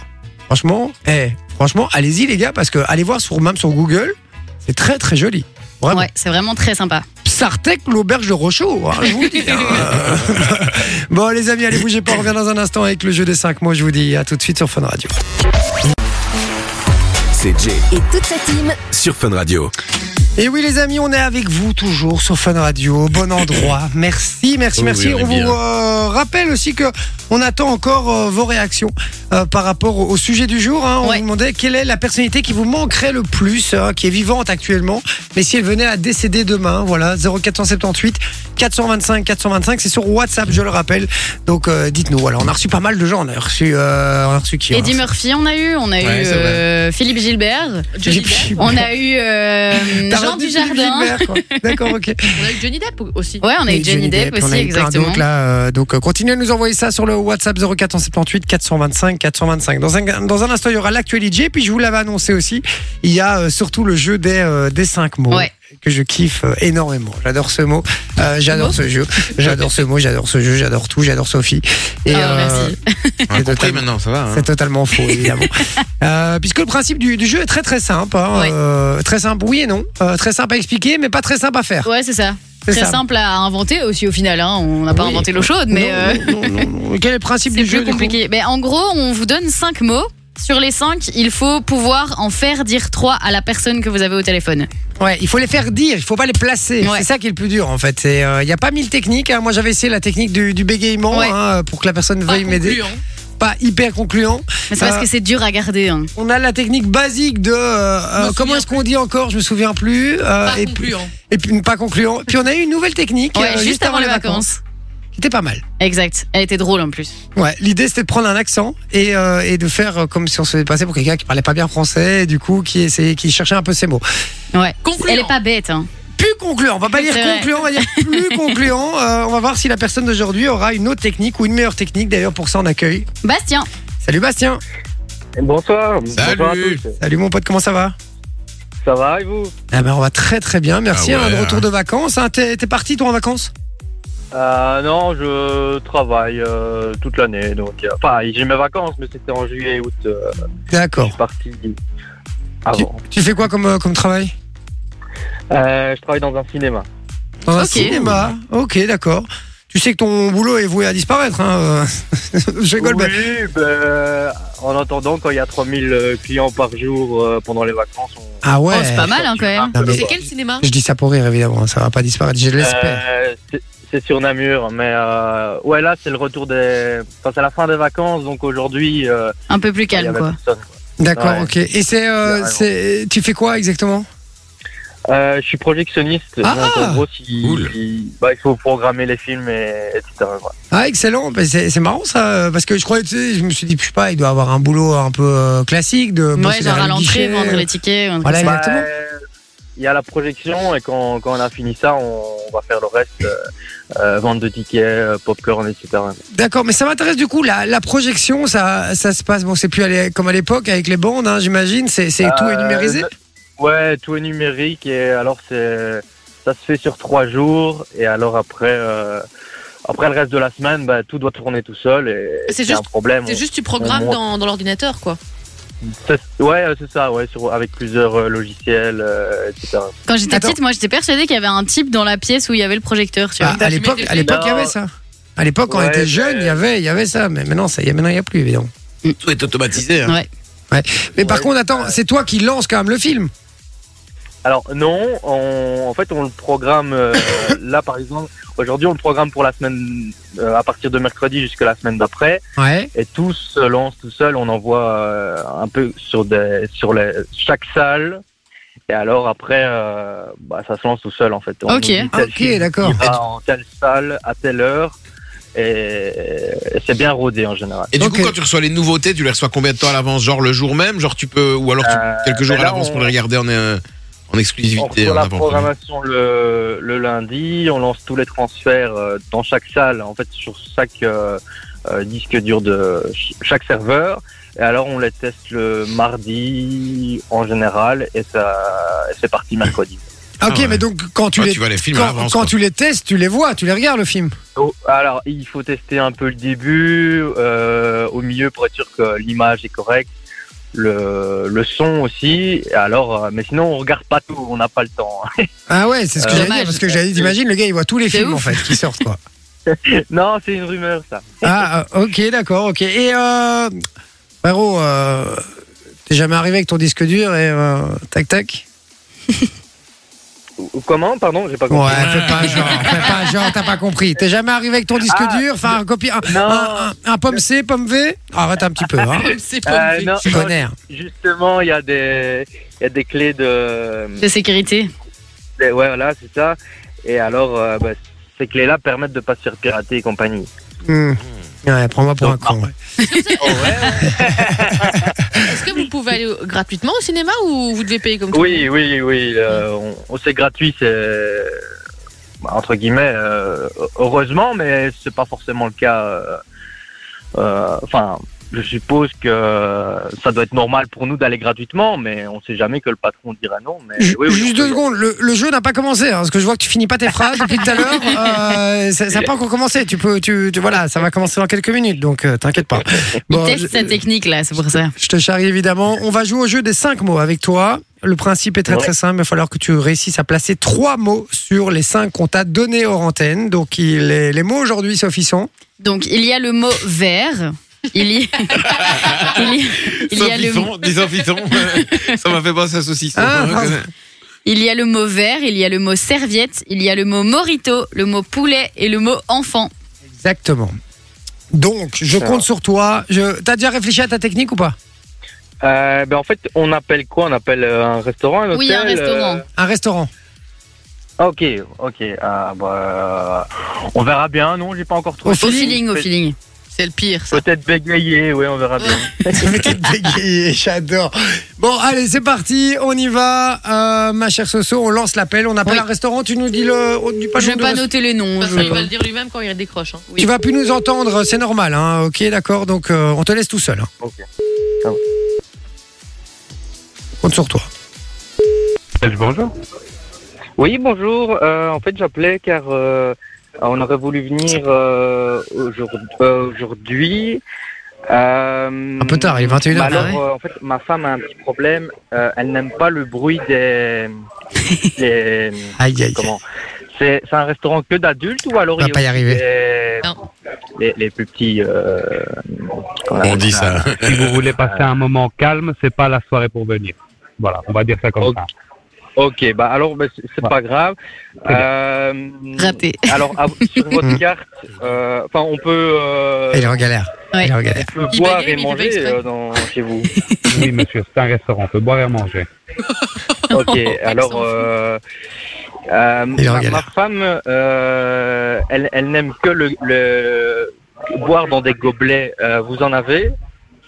Speaker 3: Franchement, eh, franchement, allez-y les gars, parce que allez voir sur même sur Google, c'est très très joli. Vraiment.
Speaker 4: Ouais, c'est vraiment très sympa.
Speaker 3: Sartec, l'auberge de Rochaud. hein, je vous le dis, hein. Euh, bon, les amis, allez bougez pas. On revient dans un instant avec le jeu des 5 mots. Je vous dis à tout de suite sur Fun Radio.
Speaker 1: C'est Jay
Speaker 6: Et toute sa team.
Speaker 1: sur Fun Radio.
Speaker 3: Et oui les amis, on est avec vous toujours sur Fun Radio, au bon endroit. Merci, merci,
Speaker 2: Oh Oui,
Speaker 3: merci.
Speaker 2: oui, on est
Speaker 3: on
Speaker 2: bien.
Speaker 3: vous euh, rappelle aussi que on attend encore euh, vos réactions euh, par rapport au, au sujet du jour. hein. On
Speaker 4: Ouais.
Speaker 3: vous demandait quelle est la personnalité qui vous manquerait le plus, hein, qui est vivante actuellement, mais si elle venait à décéder demain, voilà 0478 425 425, c'est sur WhatsApp, je le rappelle. Donc euh, dites-nous. Voilà, on a reçu pas mal de gens. On a reçu, euh, on a reçu qui hein
Speaker 4: Eddie Murphy, on a eu, on a
Speaker 2: Ouais,
Speaker 4: eu
Speaker 2: c'est vrai.
Speaker 4: euh, Philippe Gilbert,
Speaker 5: Johnny
Speaker 3: J'ai-
Speaker 5: Depp
Speaker 4: on a eu euh,
Speaker 3: T'as
Speaker 4: Jean
Speaker 3: du
Speaker 4: Dujardin.
Speaker 3: Philippe Gilbert, quoi. D'accord, ok.
Speaker 5: On a eu Johnny Depp aussi.
Speaker 4: Ouais, on a eu
Speaker 3: Et
Speaker 4: Johnny Depp,
Speaker 3: on
Speaker 4: aussi,
Speaker 3: a eu plein
Speaker 4: exactement.
Speaker 3: d'autres, là, euh, donc euh, continuez à nous envoyer ça sur le WhatsApp 0478 425 425. Dans un, dans un instant, il y aura l'actualité. Puis je vous l'avais annoncé aussi, il y a euh, surtout le jeu des, euh, des 5 mots.
Speaker 4: Ouais.
Speaker 3: Que je kiffe euh, énormément. J'adore ce mot. euh, j'adore ce jeu. J'adore ce mot. J'adore ce jeu. J'adore tout. J'adore Sophie. Et,
Speaker 4: Ah, merci.
Speaker 2: On a
Speaker 3: c'est
Speaker 2: compris
Speaker 3: totalement-
Speaker 2: maintenant, ça va. hein.
Speaker 3: c'est totalement faux, évidemment. Euh, puisque le principe du, du jeu est très très simple. hein.
Speaker 4: Ouais.
Speaker 3: Euh, très simple, oui et non. Euh, très simple à expliquer, mais pas très simple à faire.
Speaker 4: Ouais, c'est ça.
Speaker 3: C'est
Speaker 4: Très
Speaker 3: ça.
Speaker 4: simple à inventer aussi au final. hein. On n'a pas
Speaker 3: Oui.
Speaker 4: inventé l'eau chaude, mais
Speaker 3: Non,
Speaker 4: euh,
Speaker 3: non, non, non. Quel est le principe
Speaker 4: c'est
Speaker 3: du jeu du
Speaker 4: plus
Speaker 3: coup
Speaker 4: compliqué. Mais en gros, on vous donne cinq mots. Sur les cinq, il faut pouvoir en faire dire trois à la personne que vous avez au téléphone.
Speaker 3: Ouais, il faut les faire dire, il faut pas les placer.
Speaker 4: Ouais.
Speaker 3: C'est ça qui est le plus dur en fait. euh, Il n'y a pas mille techniques. hein. Moi j'avais essayé la technique du, du bégaiement
Speaker 4: Ouais.
Speaker 3: hein, pour que la personne
Speaker 5: Pas
Speaker 3: veuille m'aider.
Speaker 5: concluant.
Speaker 3: Pas hyper concluant.
Speaker 4: Mais c'est parce
Speaker 3: Euh,
Speaker 4: que c'est dur à garder. hein.
Speaker 3: On a la technique basique de euh, euh,
Speaker 5: souviens
Speaker 3: comment est-ce qu'on dit encore, je me souviens plus. euh,
Speaker 5: Pas
Speaker 3: et, puis-
Speaker 5: concluant.
Speaker 3: et puis pas concluant. Puis on a eu une nouvelle technique
Speaker 4: Ouais,
Speaker 3: euh,
Speaker 4: juste, avant, les vacances.
Speaker 3: qui était pas mal.
Speaker 4: Exact. Elle était drôle en plus.
Speaker 3: Ouais, l'idée c'était de prendre un accent et, euh, et de faire euh, comme si on se faisait passer pour quelqu'un qui parlait pas bien français et du coup qui essayait, qui cherchait un peu ses mots.
Speaker 4: Ouais.
Speaker 5: Concluant.
Speaker 4: Elle est pas bête. Hein.
Speaker 3: Plus concluant, on va pas dire
Speaker 4: C'est vrai.
Speaker 3: concluant, on va dire plus concluant. Euh, on va voir si la personne d'aujourd'hui aura une autre technique ou une meilleure technique. D'ailleurs pour ça on accueille.
Speaker 4: Bastien.
Speaker 3: Salut Bastien.
Speaker 7: Bonsoir.
Speaker 2: Salut.
Speaker 7: Bonsoir à tous.
Speaker 3: Salut mon pote, comment ça va
Speaker 7: Ça va et vous
Speaker 3: Ah ben on va très très bien, merci.
Speaker 2: Ah ouais,
Speaker 3: hein, de retour
Speaker 2: hein.
Speaker 3: de vacances. hein. T'es t'es parti toi en vacances
Speaker 7: euh, Non, je travaille euh, toute l'année. Donc, euh, enfin, j'ai mes vacances, mais c'était en juillet août. euh, je
Speaker 3: D'accord.
Speaker 7: suis parti avant.
Speaker 3: Tu fais quoi comme euh, comme travail
Speaker 7: Euh, je travaille dans un cinéma.
Speaker 3: Dans un
Speaker 4: Ok.
Speaker 3: cinéma. Ok, d'accord. Tu sais que ton boulot est voué à disparaître. Hein. euh. je rigole. mais-
Speaker 7: Oui, ben, en attendant, quand il y a 3000 euh, clients par jour euh, pendant les vacances, on...
Speaker 3: Ah ouais.
Speaker 4: Oh, c'est pas mal hein, quand même.
Speaker 3: Non, mais-
Speaker 5: C'est quel cinéma
Speaker 3: Je dis ça pour rire, évidemment. hein. Ça va pas disparaître, je l'espère.
Speaker 7: Euh, c'est- c'est sur Namur, mais euh, ouais, là, c'est le retour des. Enfin, c'est la fin des vacances, donc aujourd'hui, euh,
Speaker 4: Un peu
Speaker 3: Ah,
Speaker 4: plus
Speaker 7: il y
Speaker 4: calme
Speaker 7: avait
Speaker 4: quoi.
Speaker 7: personne.
Speaker 3: D'accord,
Speaker 7: ouais.
Speaker 3: ok. Et c'est, euh,
Speaker 7: Carrément.
Speaker 3: c'est- tu fais quoi exactement
Speaker 7: Euh, je suis projectionniste,
Speaker 3: Ah
Speaker 7: donc en gros, si,
Speaker 2: Cool.
Speaker 7: si- bah, il faut programmer les films, et, etc. quoi.
Speaker 3: Ah, excellent. Bah, c'est, c'est marrant ça, euh, parce que je croyais, tu sais, je me suis dit, je sais pas, il doit avoir un boulot un peu euh, classique de. bosser
Speaker 4: Ouais, genre
Speaker 3: derrière
Speaker 4: à
Speaker 3: le
Speaker 4: l'entrée,
Speaker 3: guichet.
Speaker 4: vendre les tickets. ou un truc
Speaker 3: Voilà,
Speaker 4: comme ça.
Speaker 7: Bah,
Speaker 3: exactement.
Speaker 7: Il y a la projection, et quand, quand on a fini ça, on, on va faire le reste, euh, euh, vente de tickets, euh, popcorn, etc.
Speaker 3: D'accord, mais ça m'intéresse du coup. La, la projection, ça, ça se passe. Bon, c'est plus à l'é- comme à l'époque avec les bandes, hein, j'imagine. C'est, c'est tout est
Speaker 7: Euh,
Speaker 3: numérisé.
Speaker 7: le- Ouais, tout est numérique, et alors c'est ça se fait sur trois jours, et alors après, euh, après le reste de la semaine, bah, tout doit tourner tout seul, et
Speaker 5: C'est
Speaker 7: c'est un
Speaker 5: juste-
Speaker 7: problème.
Speaker 5: C'est juste tu programmes dans, dans l'ordinateur quoi.
Speaker 7: C'est- Ouais, c'est ça, ouais, sur, avec plusieurs euh, logiciels, euh, etc.
Speaker 4: Quand j'étais
Speaker 3: Attends.
Speaker 4: petite, moi j'étais persuadée qu'il y avait un type dans la pièce où il y avait le projecteur. Tu vois.
Speaker 3: Ah, à l'époque, à l'époque, il y avait ça. À l'époque, quand on
Speaker 7: Ouais,
Speaker 3: était jeune, il y avait, il y avait ça. Mais maintenant, ça, y est, maintenant, il y a plus évidemment.
Speaker 2: Tout est automatisé. hein.
Speaker 4: Ouais.
Speaker 3: Mais par
Speaker 7: Ouais,
Speaker 3: contre, attends, c'est toi qui lance quand même le film.
Speaker 7: Alors non, on- en fait on le programme euh, là par exemple. Aujourd'hui on le programme pour la semaine euh, à partir de mercredi jusqu'à la semaine d'après
Speaker 3: Ouais.
Speaker 7: et tout se lance tout seul. On envoie euh, un peu sur des sur les chaque salle et alors après euh, bah, ça se lance tout seul en fait. On
Speaker 4: Ok.
Speaker 7: nous dit tel
Speaker 3: Ah, Ok,
Speaker 7: film
Speaker 3: d'accord.
Speaker 7: qui va en telle salle à telle heure et, et c'est bien rodé en général.
Speaker 2: Et du
Speaker 3: Ok.
Speaker 2: coup, quand tu reçois les nouveautés, tu les reçois combien de temps à l'avance Genre le jour même Genre tu peux. Ou alors tu-
Speaker 7: Euh,
Speaker 2: quelques jours
Speaker 7: ben
Speaker 2: à
Speaker 7: là,
Speaker 2: l'avance
Speaker 7: on-
Speaker 2: pour les regarder en, euh, en
Speaker 7: On
Speaker 2: exclusivité,
Speaker 7: reçoit
Speaker 2: en
Speaker 7: la
Speaker 2: avant-première.
Speaker 7: programmation le, le lundi, on lance tous les transferts euh, dans chaque salle, en fait sur chaque euh, euh, disque dur de ch- chaque serveur. Et alors on les teste le mardi en général et ça et c'est parti mercredi.
Speaker 3: Ok,
Speaker 2: ouais.
Speaker 3: mais donc quand tu
Speaker 2: Ah,
Speaker 3: les
Speaker 2: tu vois les films à
Speaker 3: quand,
Speaker 2: l'avance.
Speaker 3: quand
Speaker 2: quoi.
Speaker 3: tu les testes, tu les vois, tu les regardes le film.
Speaker 2: Oh.
Speaker 7: Donc, alors il faut tester un peu le début, euh, au milieu pour être sûr que l'image est correcte. Le, le son aussi, Et alors, euh, mais sinon on regarde pas tout, on n'a pas le temps.
Speaker 3: Ah ouais, c'est ce que
Speaker 7: Euh,
Speaker 3: j'allais dire
Speaker 4: dommage.
Speaker 3: parce que j'allais dire, t'imagines le gars il voit tous les
Speaker 4: C'est
Speaker 3: films
Speaker 4: ouf.
Speaker 3: en fait qui sortent quoi.
Speaker 7: non, c'est une rumeur ça.
Speaker 3: ah euh, ok d'accord ok et euh, frérot, euh, t'es jamais arrivé avec ton disque dur et euh, tac tac.
Speaker 7: Ou- Comment Pardon, j'ai pas compris.
Speaker 3: Ouais, fais pas genre, fais pas genre, t'as pas compris. T'es jamais arrivé avec ton disque
Speaker 7: Ah,
Speaker 3: dur, enfin un copie, un,
Speaker 7: Non.
Speaker 3: un- un- un pomme C, pomme V. Arrête un petit peu hein.
Speaker 5: C'est
Speaker 7: Euh,
Speaker 5: pas
Speaker 7: non, non,
Speaker 3: Connard.
Speaker 7: Justement, il y a des, il y a des clés de,
Speaker 4: De sécurité.
Speaker 7: des- ouais, voilà, c'est ça. Et alors, euh, bah, ces clés-là permettent de pas se faire pirater et compagnie.
Speaker 3: Hmm. Ouais, prends-moi pour un con. ouais.
Speaker 4: Oh,
Speaker 5: Est-ce que vous pouvez aller au- gratuitement au cinéma ou vous devez payer comme tout le monde
Speaker 7: Oui, oui, oui. euh, on, on- c'est gratuit, c'est bah, entre guillemets euh, heureusement, mais c'est pas forcément le cas. euh, euh, Enfin, je suppose que ça doit être normal pour nous d'aller gratuitement, mais on sait jamais que le patron dira non. Mais
Speaker 3: Ju-
Speaker 7: oui, euh, oui, on
Speaker 3: Juste deux
Speaker 7: peut y
Speaker 3: secondes, le, le jeu n'a pas commencé, hein, parce que je vois que tu finis pas tes phrases depuis tout à l'heure. euh, ça n'a pas encore commencé. Tu peux, tu, tu- voilà, ça va commencer dans quelques minutes, donc euh, t'inquiète pas. Bon,
Speaker 4: Teste
Speaker 3: je-
Speaker 4: sa technique là, c'est pour ça.
Speaker 3: Je te charrie évidemment. On va jouer au jeu des cinq mots avec toi. Le principe est très
Speaker 7: Ouais.
Speaker 3: très simple. Il va falloir que tu réussisses à placer trois mots sur les cinq qu'on t'a donnés hors antenne. Donc il est- les mots aujourd'hui, Sophie, sont.
Speaker 4: Donc il y a le mot vert. Il y, il y- il y a le,
Speaker 2: Python, dis sans Python, ça m'a fait penser à saucisse.
Speaker 3: Ah, pardon.
Speaker 4: il y a le mot vert, il y a le mot serviette, il y a le mot morito, le mot poulet et le mot enfant.
Speaker 3: Exactement. Donc je
Speaker 7: Ça.
Speaker 3: compte sur toi. Je... T'as déjà réfléchi à ta technique ou pas
Speaker 7: Euh, ben en fait, on appelle quoi On appelle euh, un restaurant, un
Speaker 4: Oui,
Speaker 7: hôtel,
Speaker 4: un restaurant.
Speaker 7: euh,
Speaker 3: Un restaurant.
Speaker 7: ah, Ok, ok. ah, bah, euh, on verra bien. Non, j'ai pas encore trouvé.
Speaker 3: Au
Speaker 4: Au feeling, au
Speaker 7: Peut-
Speaker 4: feeling.
Speaker 5: C'est le pire, ça.
Speaker 7: Peut-être bégayer. Oui, on verra bien.
Speaker 3: Mais t'es dégayé, J'adore. Bon, allez, c'est parti. On y va, Euh, ma chère Soso. On lance l'appel. On appelle
Speaker 4: Oui.
Speaker 3: un restaurant. Tu nous dis le. on dit pas
Speaker 4: Je
Speaker 3: le nom
Speaker 4: vais
Speaker 3: du
Speaker 4: pas
Speaker 3: restaurant.
Speaker 4: noter les noms.
Speaker 5: Parce
Speaker 4: je-
Speaker 5: qu'il va le dire lui-même quand il décroche. hein. Oui.
Speaker 3: Tu vas plus nous entendre, c'est normal, hein, ok, d'accord, donc euh, on te laisse tout seul. hein.
Speaker 7: Ok. Ça va.
Speaker 3: Compte sur toi.
Speaker 7: Bonjour. Oui, bonjour. Euh, en fait, j'appelais car euh, on aurait voulu venir euh, aujourd- euh, aujourd'hui. Euh,
Speaker 3: Un peu tard, il est 21h.
Speaker 7: bah alors,
Speaker 3: Ah ouais.
Speaker 7: euh, en fait, ma femme a un petit problème. Euh, elle n'aime pas le bruit des. des-
Speaker 3: Aïe, aïe, aïe.
Speaker 7: comment C'est c'est un restaurant que d'adultes ou alors
Speaker 3: On va
Speaker 7: il y a
Speaker 3: pas y
Speaker 7: aussi
Speaker 3: arriver.
Speaker 7: des-
Speaker 5: Non.
Speaker 7: Les, les plus petits. euh, qu'on
Speaker 2: On
Speaker 7: appelle
Speaker 2: dit ça.
Speaker 8: si vous voulez
Speaker 7: Euh.
Speaker 8: passer un moment calme, c'est pas la soirée pour venir. Voilà, on va dire ça comme
Speaker 7: Ok.
Speaker 8: ça.
Speaker 7: Ok, bah alors bah, c'est c'est
Speaker 8: Ouais.
Speaker 7: pas grave.
Speaker 8: Très bien.
Speaker 7: Euh,
Speaker 4: Raté.
Speaker 7: Alors, à- sur
Speaker 3: Mm.
Speaker 7: votre carte, euh, enfin, on peut, euh,
Speaker 3: Elle est en galère.
Speaker 4: Ouais.
Speaker 3: Elle est en galère.
Speaker 7: on peut
Speaker 5: Il
Speaker 7: boire
Speaker 5: bagaye,
Speaker 7: et
Speaker 5: mais il fait pas
Speaker 7: manger
Speaker 5: exprès.
Speaker 7: euh, dans, chez vous.
Speaker 8: Oui, monsieur, c'est un restaurant, on peut boire et manger.
Speaker 7: Ok,
Speaker 5: s'en
Speaker 7: alors,
Speaker 5: fout.
Speaker 7: euh, euh,
Speaker 3: Il est en
Speaker 7: ma,
Speaker 3: galère.
Speaker 7: ma femme, euh, elle, elle n'aime que le, le- boire dans des gobelets. Euh, vous en avez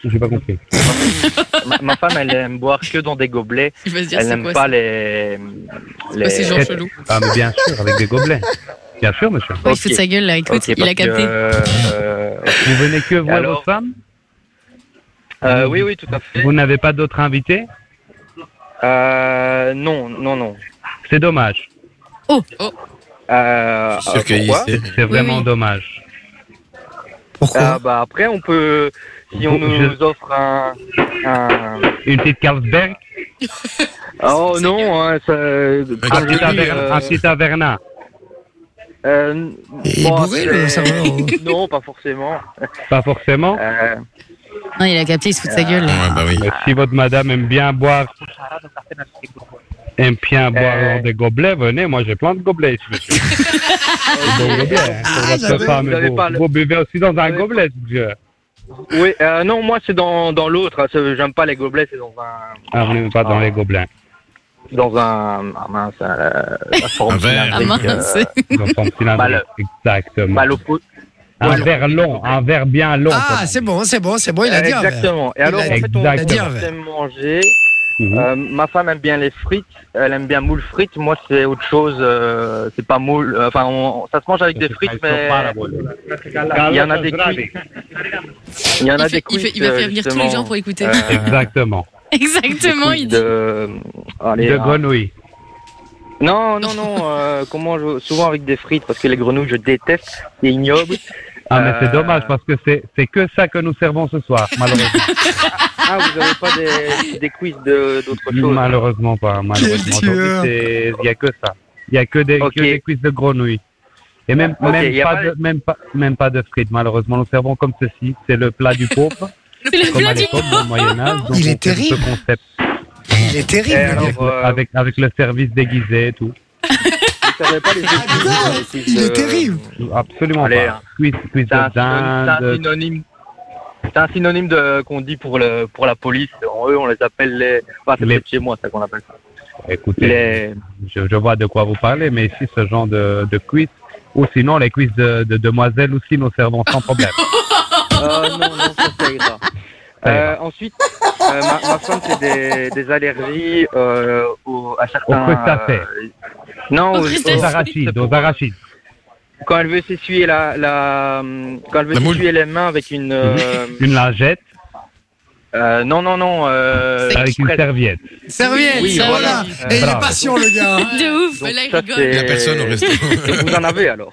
Speaker 8: J'ai pas compris.
Speaker 7: ma, ma femme, elle aime boire que dans des gobelets.
Speaker 5: Il va se dire
Speaker 7: Elle
Speaker 5: c'est
Speaker 7: n'aime
Speaker 5: quoi
Speaker 7: pas
Speaker 5: ça
Speaker 7: les. les...
Speaker 5: Quoi, ces gens
Speaker 8: les-
Speaker 5: chelous
Speaker 8: Ah, mais bien sûr, avec des gobelets. Bien sûr, monsieur.
Speaker 4: Ouais, Il
Speaker 7: Ok.
Speaker 4: fout de sa gueule là, écoute,
Speaker 7: Ok,
Speaker 4: il a
Speaker 7: parce que,
Speaker 4: capté.
Speaker 7: euh,
Speaker 8: Vous venez que voir
Speaker 7: Alors
Speaker 8: votre femme
Speaker 7: euh, oui, oui, tout à fait.
Speaker 8: Vous n'avez pas d'autres invités
Speaker 7: Euh, non, non, non.
Speaker 8: C'est dommage.
Speaker 4: Oh.
Speaker 5: Oh,
Speaker 7: Euh,
Speaker 2: Je suis sûr
Speaker 7: euh,
Speaker 2: qu'il y
Speaker 7: pourquoi
Speaker 2: sait.
Speaker 8: C'est vraiment
Speaker 4: oui.
Speaker 8: dommage.
Speaker 3: Pourquoi
Speaker 7: Euh, bah, Après, on peut, si on
Speaker 8: Je-
Speaker 7: nous offre un. un-
Speaker 8: Une petite Carlsberg,
Speaker 7: Oh non, hein, ça.
Speaker 4: Ah,
Speaker 8: un
Speaker 7: comme je
Speaker 8: petit,
Speaker 7: dis,
Speaker 8: Aver-
Speaker 7: euh,
Speaker 8: un petit Averna.
Speaker 7: euh,
Speaker 3: Il est
Speaker 7: bon,
Speaker 3: bourré, le
Speaker 7: après,
Speaker 3: serveur,
Speaker 2: hein.
Speaker 3: ou-
Speaker 7: Non, pas forcément.
Speaker 8: Pas forcément.
Speaker 7: Euh,
Speaker 4: Non, il a capté, il se fout de sa gueule. là.
Speaker 2: Ouais, bah oui.
Speaker 8: Mais si votre madame aime bien boire, aime bien boire
Speaker 7: Euh.
Speaker 8: dans des gobelets, venez, moi j'ai plein de gobelets ici, monsieur. Des bons gobelets, hein.
Speaker 3: Ah,
Speaker 8: Votre
Speaker 3: j'avais-
Speaker 8: femme,
Speaker 7: j'avais
Speaker 8: vous,
Speaker 7: pas le-
Speaker 8: vous buvez aussi dans un
Speaker 7: j'avais-
Speaker 8: gobelet, monsieur.
Speaker 7: oui, euh, non, moi, c'est dans, dans l'autre. hein, c'est- J'aime pas les gobelets, c'est dans un.
Speaker 8: Ah, vous n'aimez pas dans les gobelets.
Speaker 7: Dans un. Ah mince, euh, la forme
Speaker 2: Un verre.
Speaker 4: Ah
Speaker 7: cylindrique,
Speaker 4: mince.
Speaker 7: euh,
Speaker 8: Dans son cylindre.
Speaker 7: Mal-
Speaker 8: Exactement.
Speaker 7: bah, l'oppo-
Speaker 8: un
Speaker 7: ouais, non.
Speaker 8: verre long, un verre bien long. comme
Speaker 3: Ah,
Speaker 8: on
Speaker 3: c'est
Speaker 8: dit.
Speaker 3: bon, c'est bon, c'est bon, il a dit hein, un verre.
Speaker 7: Exactement. Et
Speaker 3: a-
Speaker 7: alors, en fait, on
Speaker 8: Exactement.
Speaker 3: Il a dit un Mmh.
Speaker 7: on aime manger.
Speaker 8: Mhm.
Speaker 7: Euh, ma femme aime bien les frites, elle aime bien moules frites. Moi, c'est autre chose. euh, c'est pas moule. euh, Enfin, on- ça se mange avec des frites, mais il y en a des cuites. Il y en
Speaker 5: il,
Speaker 7: a des
Speaker 5: fait- il,
Speaker 7: cuites.
Speaker 5: fait- il va faire venir tous les gens pour écouter.
Speaker 8: Exactement.
Speaker 4: Exactement, il dit.
Speaker 7: De... Allez,
Speaker 8: De
Speaker 7: hein.
Speaker 8: grenouille.
Speaker 7: Non, non, non. euh, qu'on mange souvent avec des frites parce que les grenouilles, je déteste. C'est ignoble.
Speaker 8: Ah, mais
Speaker 7: Euh.
Speaker 8: c'est dommage parce que c'est c'est que ça que nous servons ce soir, malheureusement.
Speaker 7: Ah, vous avez pas des, des quiz de- d'autre chose
Speaker 8: malheureusement pas,
Speaker 3: Quel
Speaker 8: malheureusement.
Speaker 3: tueur.
Speaker 8: Aujourd'hui, c'est- Il n'y a que ça. Il n'y a que des,
Speaker 7: Ok.
Speaker 8: que des cuisses de grenouille. Et même,
Speaker 7: Ok, il y
Speaker 8: même,
Speaker 7: a
Speaker 8: pas
Speaker 7: pas-
Speaker 8: de, même, pas, même pas de frites, malheureusement. Nous servons comme ceci. C'est le plat du pauvre,
Speaker 4: C'est le
Speaker 8: comme à
Speaker 4: plat du
Speaker 8: l'époque, au Moyen-Âge.
Speaker 3: Il est terrible.
Speaker 8: Ce concept.
Speaker 3: Il est terrible.
Speaker 7: Eh,
Speaker 3: le
Speaker 7: alors,
Speaker 3: gars.
Speaker 8: avec, le-
Speaker 7: euh,
Speaker 8: avec, avec le service déguisé et tout.
Speaker 7: Vous savez
Speaker 5: Ah,
Speaker 7: pas les autres quiz,
Speaker 3: J'adore.
Speaker 7: les quiz
Speaker 3: Il est
Speaker 7: de- euh,
Speaker 3: terrible.
Speaker 8: Absolument
Speaker 7: Allez, hein.
Speaker 8: pas. Cuisse, cuisse
Speaker 7: C'est un
Speaker 8: de
Speaker 7: synonyme- c'est un
Speaker 8: dinde.
Speaker 7: synonyme. C'est un synonyme de qu'on dit pour le pour la police. En eux, on les appelle les. Enfin, c'est
Speaker 8: Les-
Speaker 7: peut-être chez moi, ça qu'on appelle ça.
Speaker 8: Écoutez,
Speaker 7: Les.
Speaker 8: je, je vois de quoi vous parlez, mais ici, ce genre de, de cuisse, Ou sinon, les cuisses de, de demoiselle aussi, nous servons sans problème.
Speaker 7: Euh, non, non, ça, ça ira. Euh, ensuite, euh, ma, ma femme fait des, des allergies euh, au- à certains.
Speaker 8: crustacés.
Speaker 7: euh, non,
Speaker 4: Au
Speaker 7: aux-
Speaker 4: crustacés.
Speaker 8: Aux arachides, aux arachides.
Speaker 7: quand elle veut s'essuyer la, la hum, quand elle veut
Speaker 2: La moule.
Speaker 7: s'essuyer les mains avec une euh,
Speaker 8: Une lingette
Speaker 7: euh, non non non euh,
Speaker 8: avec une
Speaker 7: presse.
Speaker 8: serviette.
Speaker 3: Serviette,
Speaker 7: Oui,
Speaker 3: voilà.
Speaker 7: voilà.
Speaker 3: Et il est
Speaker 8: Bravo.
Speaker 3: patient, le gars. hein.
Speaker 4: De ouf.
Speaker 7: Donc,
Speaker 5: Là, il
Speaker 7: ça,
Speaker 5: rigole.
Speaker 7: c'est-
Speaker 2: Il y a personne au resto.
Speaker 7: Et vous en avez alors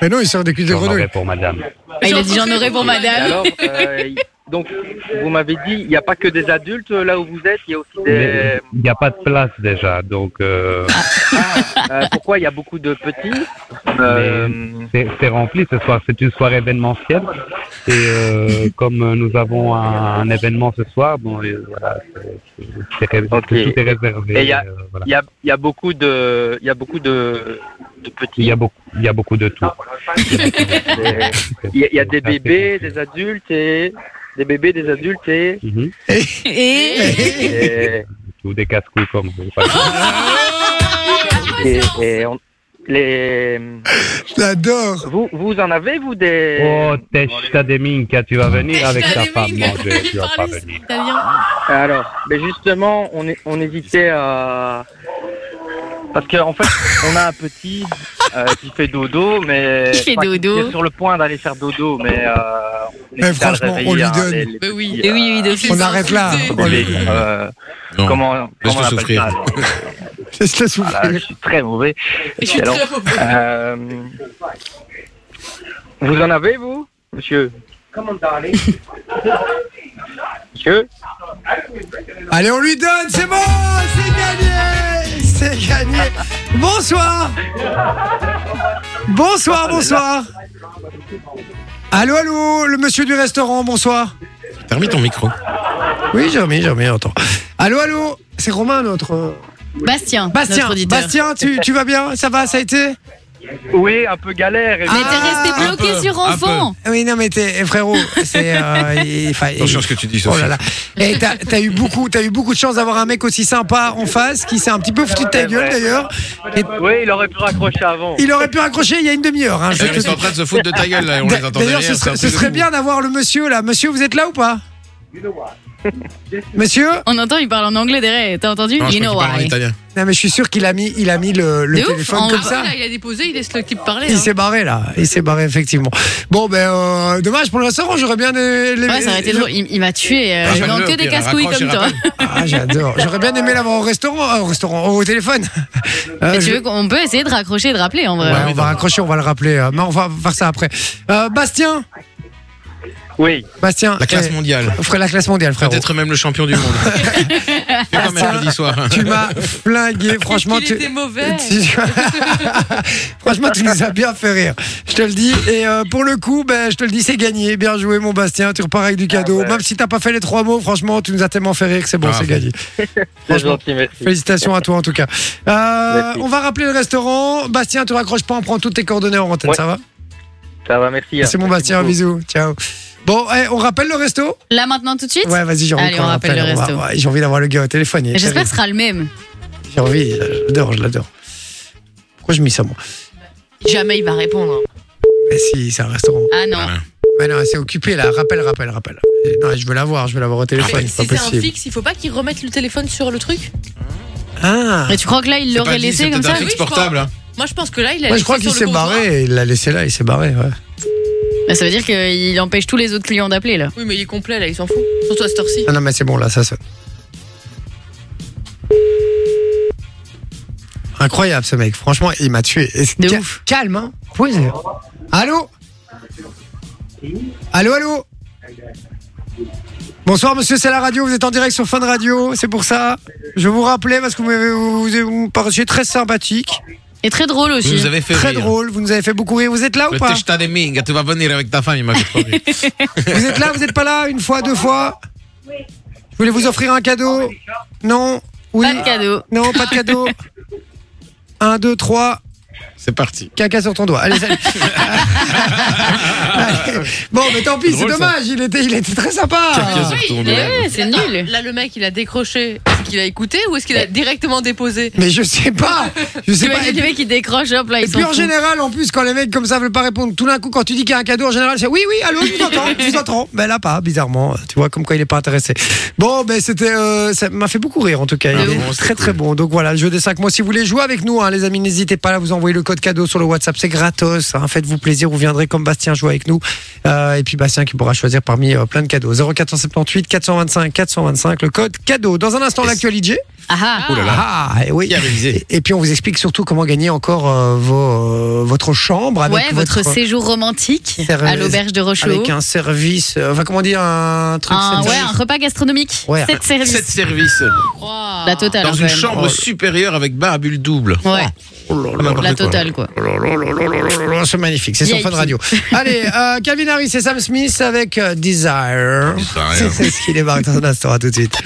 Speaker 3: Mais non, il sort des cuisses de
Speaker 8: J'en aurais
Speaker 3: grenouille.
Speaker 8: pour madame.
Speaker 4: Ah, il a dit j'en aurais pour
Speaker 7: Et
Speaker 4: madame.
Speaker 7: alors euh, y- donc vous m'avez dit il n'y a pas que des adultes euh, là où vous êtes il y a aussi des Ah.
Speaker 8: Mais Il n'y a pas de place déjà, donc euh,
Speaker 7: Euh, pourquoi il y a beaucoup de petits Euh,
Speaker 8: c'est c'est rempli ce soir. C'est une soirée événementielle. Et euh, comme nous avons un, un événement ce soir, bon, et voilà, c'est- c'est- c'est ré-
Speaker 7: Ok.
Speaker 8: tout est réservé.
Speaker 7: Et il y a-
Speaker 8: euh, voilà.
Speaker 7: il y a il y a beaucoup de il y a beaucoup de de petits
Speaker 8: Il y a beaucoup, il y a beaucoup de tout.
Speaker 7: Des- il y a- il y a des bébés des adultes et des bébés des adultes et,
Speaker 8: Mhm.
Speaker 3: Eh,
Speaker 4: Et
Speaker 7: et-
Speaker 8: Ou des casse-couilles comme vous.
Speaker 7: Euh,
Speaker 8: Enfin,
Speaker 7: et- et on- les
Speaker 3: Je l'adore.
Speaker 7: Vous, vous en avez, vous, des...
Speaker 8: oh, Testa de Minka, tu vas venir avec ta
Speaker 5: Testa de
Speaker 8: femme
Speaker 5: Minka.
Speaker 8: manger. Tu vas
Speaker 5: Il
Speaker 8: pas
Speaker 5: parle
Speaker 8: venir.
Speaker 5: italien.
Speaker 7: Alors, mais justement, on, hé- on hésitait à... Parce qu'en en fait, on a un petit euh, qui fait dodo, mais...
Speaker 4: Qui fait
Speaker 7: enfin,
Speaker 4: dodo.
Speaker 7: qui est sur le point d'aller faire dodo, mais... Euh, on
Speaker 3: Mais
Speaker 7: hésitait à le
Speaker 3: franchement, on lui
Speaker 7: réveiller, hein,
Speaker 3: donne.
Speaker 7: les- les
Speaker 5: Mais oui.
Speaker 7: petits,
Speaker 4: Et Bah oui, oui, de ouf.
Speaker 3: On arrête là.
Speaker 7: euh,
Speaker 3: On lui-
Speaker 7: les- euh,
Speaker 2: Non.
Speaker 7: Comment, comment on
Speaker 2: Laisse-le
Speaker 7: appelle
Speaker 2: souffrir.
Speaker 7: ça
Speaker 3: Laisse-le souffler.
Speaker 7: Voilà, Je suis très mauvais.
Speaker 5: Je suis
Speaker 7: Alors,
Speaker 5: très mauvais.
Speaker 7: euh, vous en avez, vous, monsieur Monsieur
Speaker 3: Allez, on lui donne, c'est bon, c'est gagné, c'est gagné. Bonsoir. Bonsoir, bonsoir. Allô, allô, le monsieur du restaurant, bonsoir.
Speaker 2: T'as remis ton micro.
Speaker 3: Oui, j'ai remis, j'ai remis, attends. Allô, allô, c'est Romain, notre... euh,
Speaker 4: Bastien.
Speaker 3: Bastien,
Speaker 4: notre auditeur.
Speaker 3: Bastien, tu, tu vas bien Ça va, ça a été
Speaker 7: Oui, un peu galère.
Speaker 4: Mais
Speaker 7: évidemment.
Speaker 4: t'es resté
Speaker 2: Ah, un
Speaker 4: bloqué
Speaker 2: peu,
Speaker 4: sur
Speaker 2: un
Speaker 4: enfant.
Speaker 3: Oui, non, mais t'es, eh, frérot, c'est... euh, il- enfin, il-
Speaker 2: Attention à ce que tu dis,
Speaker 3: Oh
Speaker 2: Sophie.
Speaker 3: là là. Et t'as, t'as eu beaucoup, t'as eu beaucoup de chance d'avoir un mec aussi sympa en face, qui s'est un petit peu foutu de ta
Speaker 7: Ouais,
Speaker 3: gueule
Speaker 7: ouais.
Speaker 3: d'ailleurs. Et
Speaker 7: Oui, il aurait pu raccrocher avant.
Speaker 3: il aurait pu raccrocher il y a une demi-heure. Hein, je
Speaker 2: D'ailleurs,
Speaker 3: te
Speaker 2: Ils sont en train de se foutre de ta gueule, là. On les entend
Speaker 3: D'ailleurs,
Speaker 2: derrière.
Speaker 3: ce
Speaker 2: c'est un
Speaker 3: serait,
Speaker 2: truc
Speaker 3: ce
Speaker 2: de
Speaker 3: serait
Speaker 2: fou.
Speaker 3: bien d'avoir le monsieur là. Monsieur, vous êtes là ou pas Monsieur
Speaker 4: On entend, il parle en anglais derrière. T'as entendu
Speaker 2: Non, je
Speaker 4: You
Speaker 2: crois
Speaker 4: know
Speaker 2: qu'il parle en
Speaker 4: why.
Speaker 2: italien.
Speaker 3: Non, mais je suis sûr qu'il a mis, il a mis le, le
Speaker 4: De ouf,
Speaker 3: téléphone
Speaker 4: en
Speaker 3: comme
Speaker 4: haut,
Speaker 5: Ah
Speaker 3: ça.
Speaker 5: ouais, là, il a déposé, il laisse le type parler.
Speaker 3: Il
Speaker 5: hein.
Speaker 3: s'est barré là, il s'est barré effectivement. Bon ben euh, dommage pour le restaurant, j'aurais bien aimé.
Speaker 4: Ouais, ça aurait été drôle. Il, il m'a tué. euh, Je
Speaker 2: Rappelle-le,
Speaker 4: vends
Speaker 2: au
Speaker 4: que des
Speaker 2: pire,
Speaker 4: casse-couilles
Speaker 2: raccroche
Speaker 4: comme
Speaker 2: et
Speaker 4: toi.
Speaker 2: rappelle.
Speaker 3: Ah j'adore, j'aurais bien aimé l'avoir au restaurant, euh, au restaurant, au téléphone. Euh,
Speaker 4: Mais tu
Speaker 3: je-
Speaker 4: veux euh, qu'on peut essayer de raccrocher et de rappeler en vrai.
Speaker 3: Ouais, on va raccrocher, on va le rappeler, euh, mais on va faire ça après. Euh, Bastien,
Speaker 7: Oui,
Speaker 3: Bastien,
Speaker 2: La classe
Speaker 3: eh,
Speaker 2: mondiale.
Speaker 3: frère, la classe mondiale, frère.
Speaker 2: Peut-être même le champion du monde. Fais comme mercredi soir.
Speaker 3: Tu m'as flingué, franchement.
Speaker 5: Il
Speaker 3: tu...
Speaker 5: était mauvais.
Speaker 3: Tu- Franchement, tu nous as bien fait rire. Je te le dis. Et euh, pour le coup, ben, je te le dis, c'est gagné. Bien joué, mon Bastien. Tu repars avec du cadeau.
Speaker 7: Ah ouais.
Speaker 3: Même si t'as pas fait les trois mots, franchement, tu nous as tellement fait rire que c'est bon,
Speaker 2: Ah,
Speaker 3: c'est
Speaker 2: bon.
Speaker 3: gagné.
Speaker 7: c'est
Speaker 3: Franchement,
Speaker 7: gentil, merci.
Speaker 3: félicitations à toi en tout cas. Euh,
Speaker 7: Merci.
Speaker 3: on va rappeler le restaurant. Bastien, tu raccroches pas, on prend toutes tes coordonnées en antenne,
Speaker 7: Ouais.
Speaker 3: ça va
Speaker 7: Ça va, merci. hein.
Speaker 3: C'est bah, mon
Speaker 7: Merci
Speaker 3: Bastien, un
Speaker 7: beaucoup.
Speaker 3: bisou. Ciao. Bon, eh, on rappelle le resto
Speaker 4: Là maintenant tout de suite
Speaker 3: Ouais, vas-y, j'ai envie
Speaker 4: Allez,
Speaker 3: qu'on
Speaker 4: on rappelle le
Speaker 3: On va-
Speaker 4: resto.
Speaker 3: ouais, J'ai envie d'avoir le gars au téléphone. il est
Speaker 4: J'espère
Speaker 3: terrible.
Speaker 4: que ce sera le même.
Speaker 3: J'ai envie, j'adore, je l'adore. Pourquoi je mis ça, moi
Speaker 5: Jamais il va répondre.
Speaker 3: Mais si, c'est un restaurant.
Speaker 4: Ah non.
Speaker 3: Mais non, elle s'est occupée là. Rappel, rappel, rappel. Et Non, je veux la voir, je veux la voir au
Speaker 5: Ah, mais
Speaker 3: téléphone,
Speaker 5: si
Speaker 3: c'est
Speaker 5: c'est
Speaker 3: pas
Speaker 5: un
Speaker 3: possible.
Speaker 5: fixe, il faut pas qu'il remette le téléphone sur le truc.
Speaker 3: Ah
Speaker 4: Mais tu crois que là il
Speaker 2: C'est pas
Speaker 4: l'aurait
Speaker 2: dit,
Speaker 4: laissé
Speaker 2: c'est
Speaker 4: comme
Speaker 2: peut-être un
Speaker 4: ça
Speaker 5: truc.
Speaker 2: fixe
Speaker 5: Oui, je
Speaker 2: portable. hein.
Speaker 5: Moi, je pense que là, il
Speaker 3: Moi,
Speaker 5: a.
Speaker 3: je
Speaker 5: laissé
Speaker 3: crois qu'il
Speaker 5: sur
Speaker 3: s'est
Speaker 5: le gros bras.
Speaker 3: barré, il l'a laissé là, il s'est barré, ouais.
Speaker 4: Bah, Ça veut dire qu'il empêche tous les autres clients d'appeler là.
Speaker 5: Oui, mais il est complet là, il s'en fout. Surtout à cette heure-ci.
Speaker 3: Ah Non, non, mais c'est bon, là, ça sonne. Incroyable, ce mec. Franchement, il m'a tué. Et c'est
Speaker 4: De
Speaker 3: ca- Calme, hein. Posé. Allô Allô, allô Bonsoir, monsieur, c'est la radio. Vous êtes en direct sur Fun Radio. C'est pour ça. Je vous rappelais parce que vous m'avez- vous, vous- vous me paraissiez très sympathique.
Speaker 4: Et très drôle
Speaker 2: Vous
Speaker 4: aussi.
Speaker 2: nous avez fait
Speaker 3: Très
Speaker 2: rire.
Speaker 3: drôle, vous nous avez fait beaucoup rire. Vous êtes là ou
Speaker 2: Le
Speaker 3: pas
Speaker 2: Testa de Minga, tu vas venir avec ta femme, il m'a fait trop rire.
Speaker 3: Vous êtes là, vous n'êtes pas là Une fois, deux fois Je voulais vous offrir un cadeau. Non Oui
Speaker 4: Pas de cadeau.
Speaker 3: Non, pas de cadeau. Un, deux, trois,
Speaker 2: C'est parti.
Speaker 3: caca sur ton doigt. Allez, salut. Allez. Bon, mais tant pis, c'est
Speaker 2: Drôle, ça.
Speaker 5: Ah,
Speaker 3: dommage, il était, il était très sympa.
Speaker 2: Caca sur ton doigt.
Speaker 4: Ouais, c'est nul.
Speaker 5: Là, le mec, il a décroché. qu'il a écouté ou est-ce qu'il a directement déposé
Speaker 3: Mais je sais pas. Je sais pas.
Speaker 4: T'imagines le mec qui décroche, hop là,
Speaker 3: Et
Speaker 4: il s'en
Speaker 3: puis en
Speaker 4: fout.
Speaker 3: général, en plus, quand les mecs comme ça veulent pas répondre, tout d'un coup, quand tu dis qu'il y a un cadeau, en général, c'est oui, oui, allô, je vous entends, je vous entends. Ben là, pas, bizarrement. Tu vois, comme quoi il est pas intéressé. Bon, ben c'était. euh, ça m'a fait beaucoup rire, en tout cas.
Speaker 2: Ah
Speaker 3: il est
Speaker 2: bon,
Speaker 3: très,
Speaker 2: c'est
Speaker 3: très
Speaker 2: cool.
Speaker 3: bon. Donc voilà, le jeu des 5 mois. Si vous voulez jouer avec nous, hein, les amis, n'hésitez pas à vous envoyer le code cadeau sur le WhatsApp. C'est gratos. hein. Faites-vous plaisir. Vous viendrez comme Bastien jouer avec nous. Euh, et puis Bastien qui pourra choisir parmi euh, plein de cadeaux. 0478 425 425, le code cadeau. Dans un instant,
Speaker 2: Et-
Speaker 3: l'actualité.
Speaker 4: Ah, ah.
Speaker 3: Ah, et oui.
Speaker 2: Qui a révisé
Speaker 3: Et puis on vous explique surtout comment gagner encore euh, vos, euh, votre chambre avec
Speaker 4: Ouais, votre, séjour romantique
Speaker 3: Faire,
Speaker 4: à
Speaker 3: euh,
Speaker 4: l'auberge de Rocheleau.
Speaker 3: avec un service, euh, enfin comment dire, un truc.
Speaker 4: Un,
Speaker 3: service.
Speaker 4: ouais, un repas gastronomique.
Speaker 3: Ouais.
Speaker 4: Sept services.
Speaker 2: 7 services
Speaker 4: La totale.
Speaker 2: dans
Speaker 4: hein,
Speaker 2: une
Speaker 4: quand même.
Speaker 2: chambre supérieure avec bar à Oh bulle double.
Speaker 4: Ouais,
Speaker 2: N'importe quoi.
Speaker 4: la totale quoi.
Speaker 3: Oh, C'est magnifique, c'est sur
Speaker 4: VIP.
Speaker 3: Fun Radio. Allez, euh, Calvin Harris et Sam Smith avec euh, Desire.
Speaker 2: Desire.
Speaker 3: C'est ce qui débarque dans un instant, à tout de suite.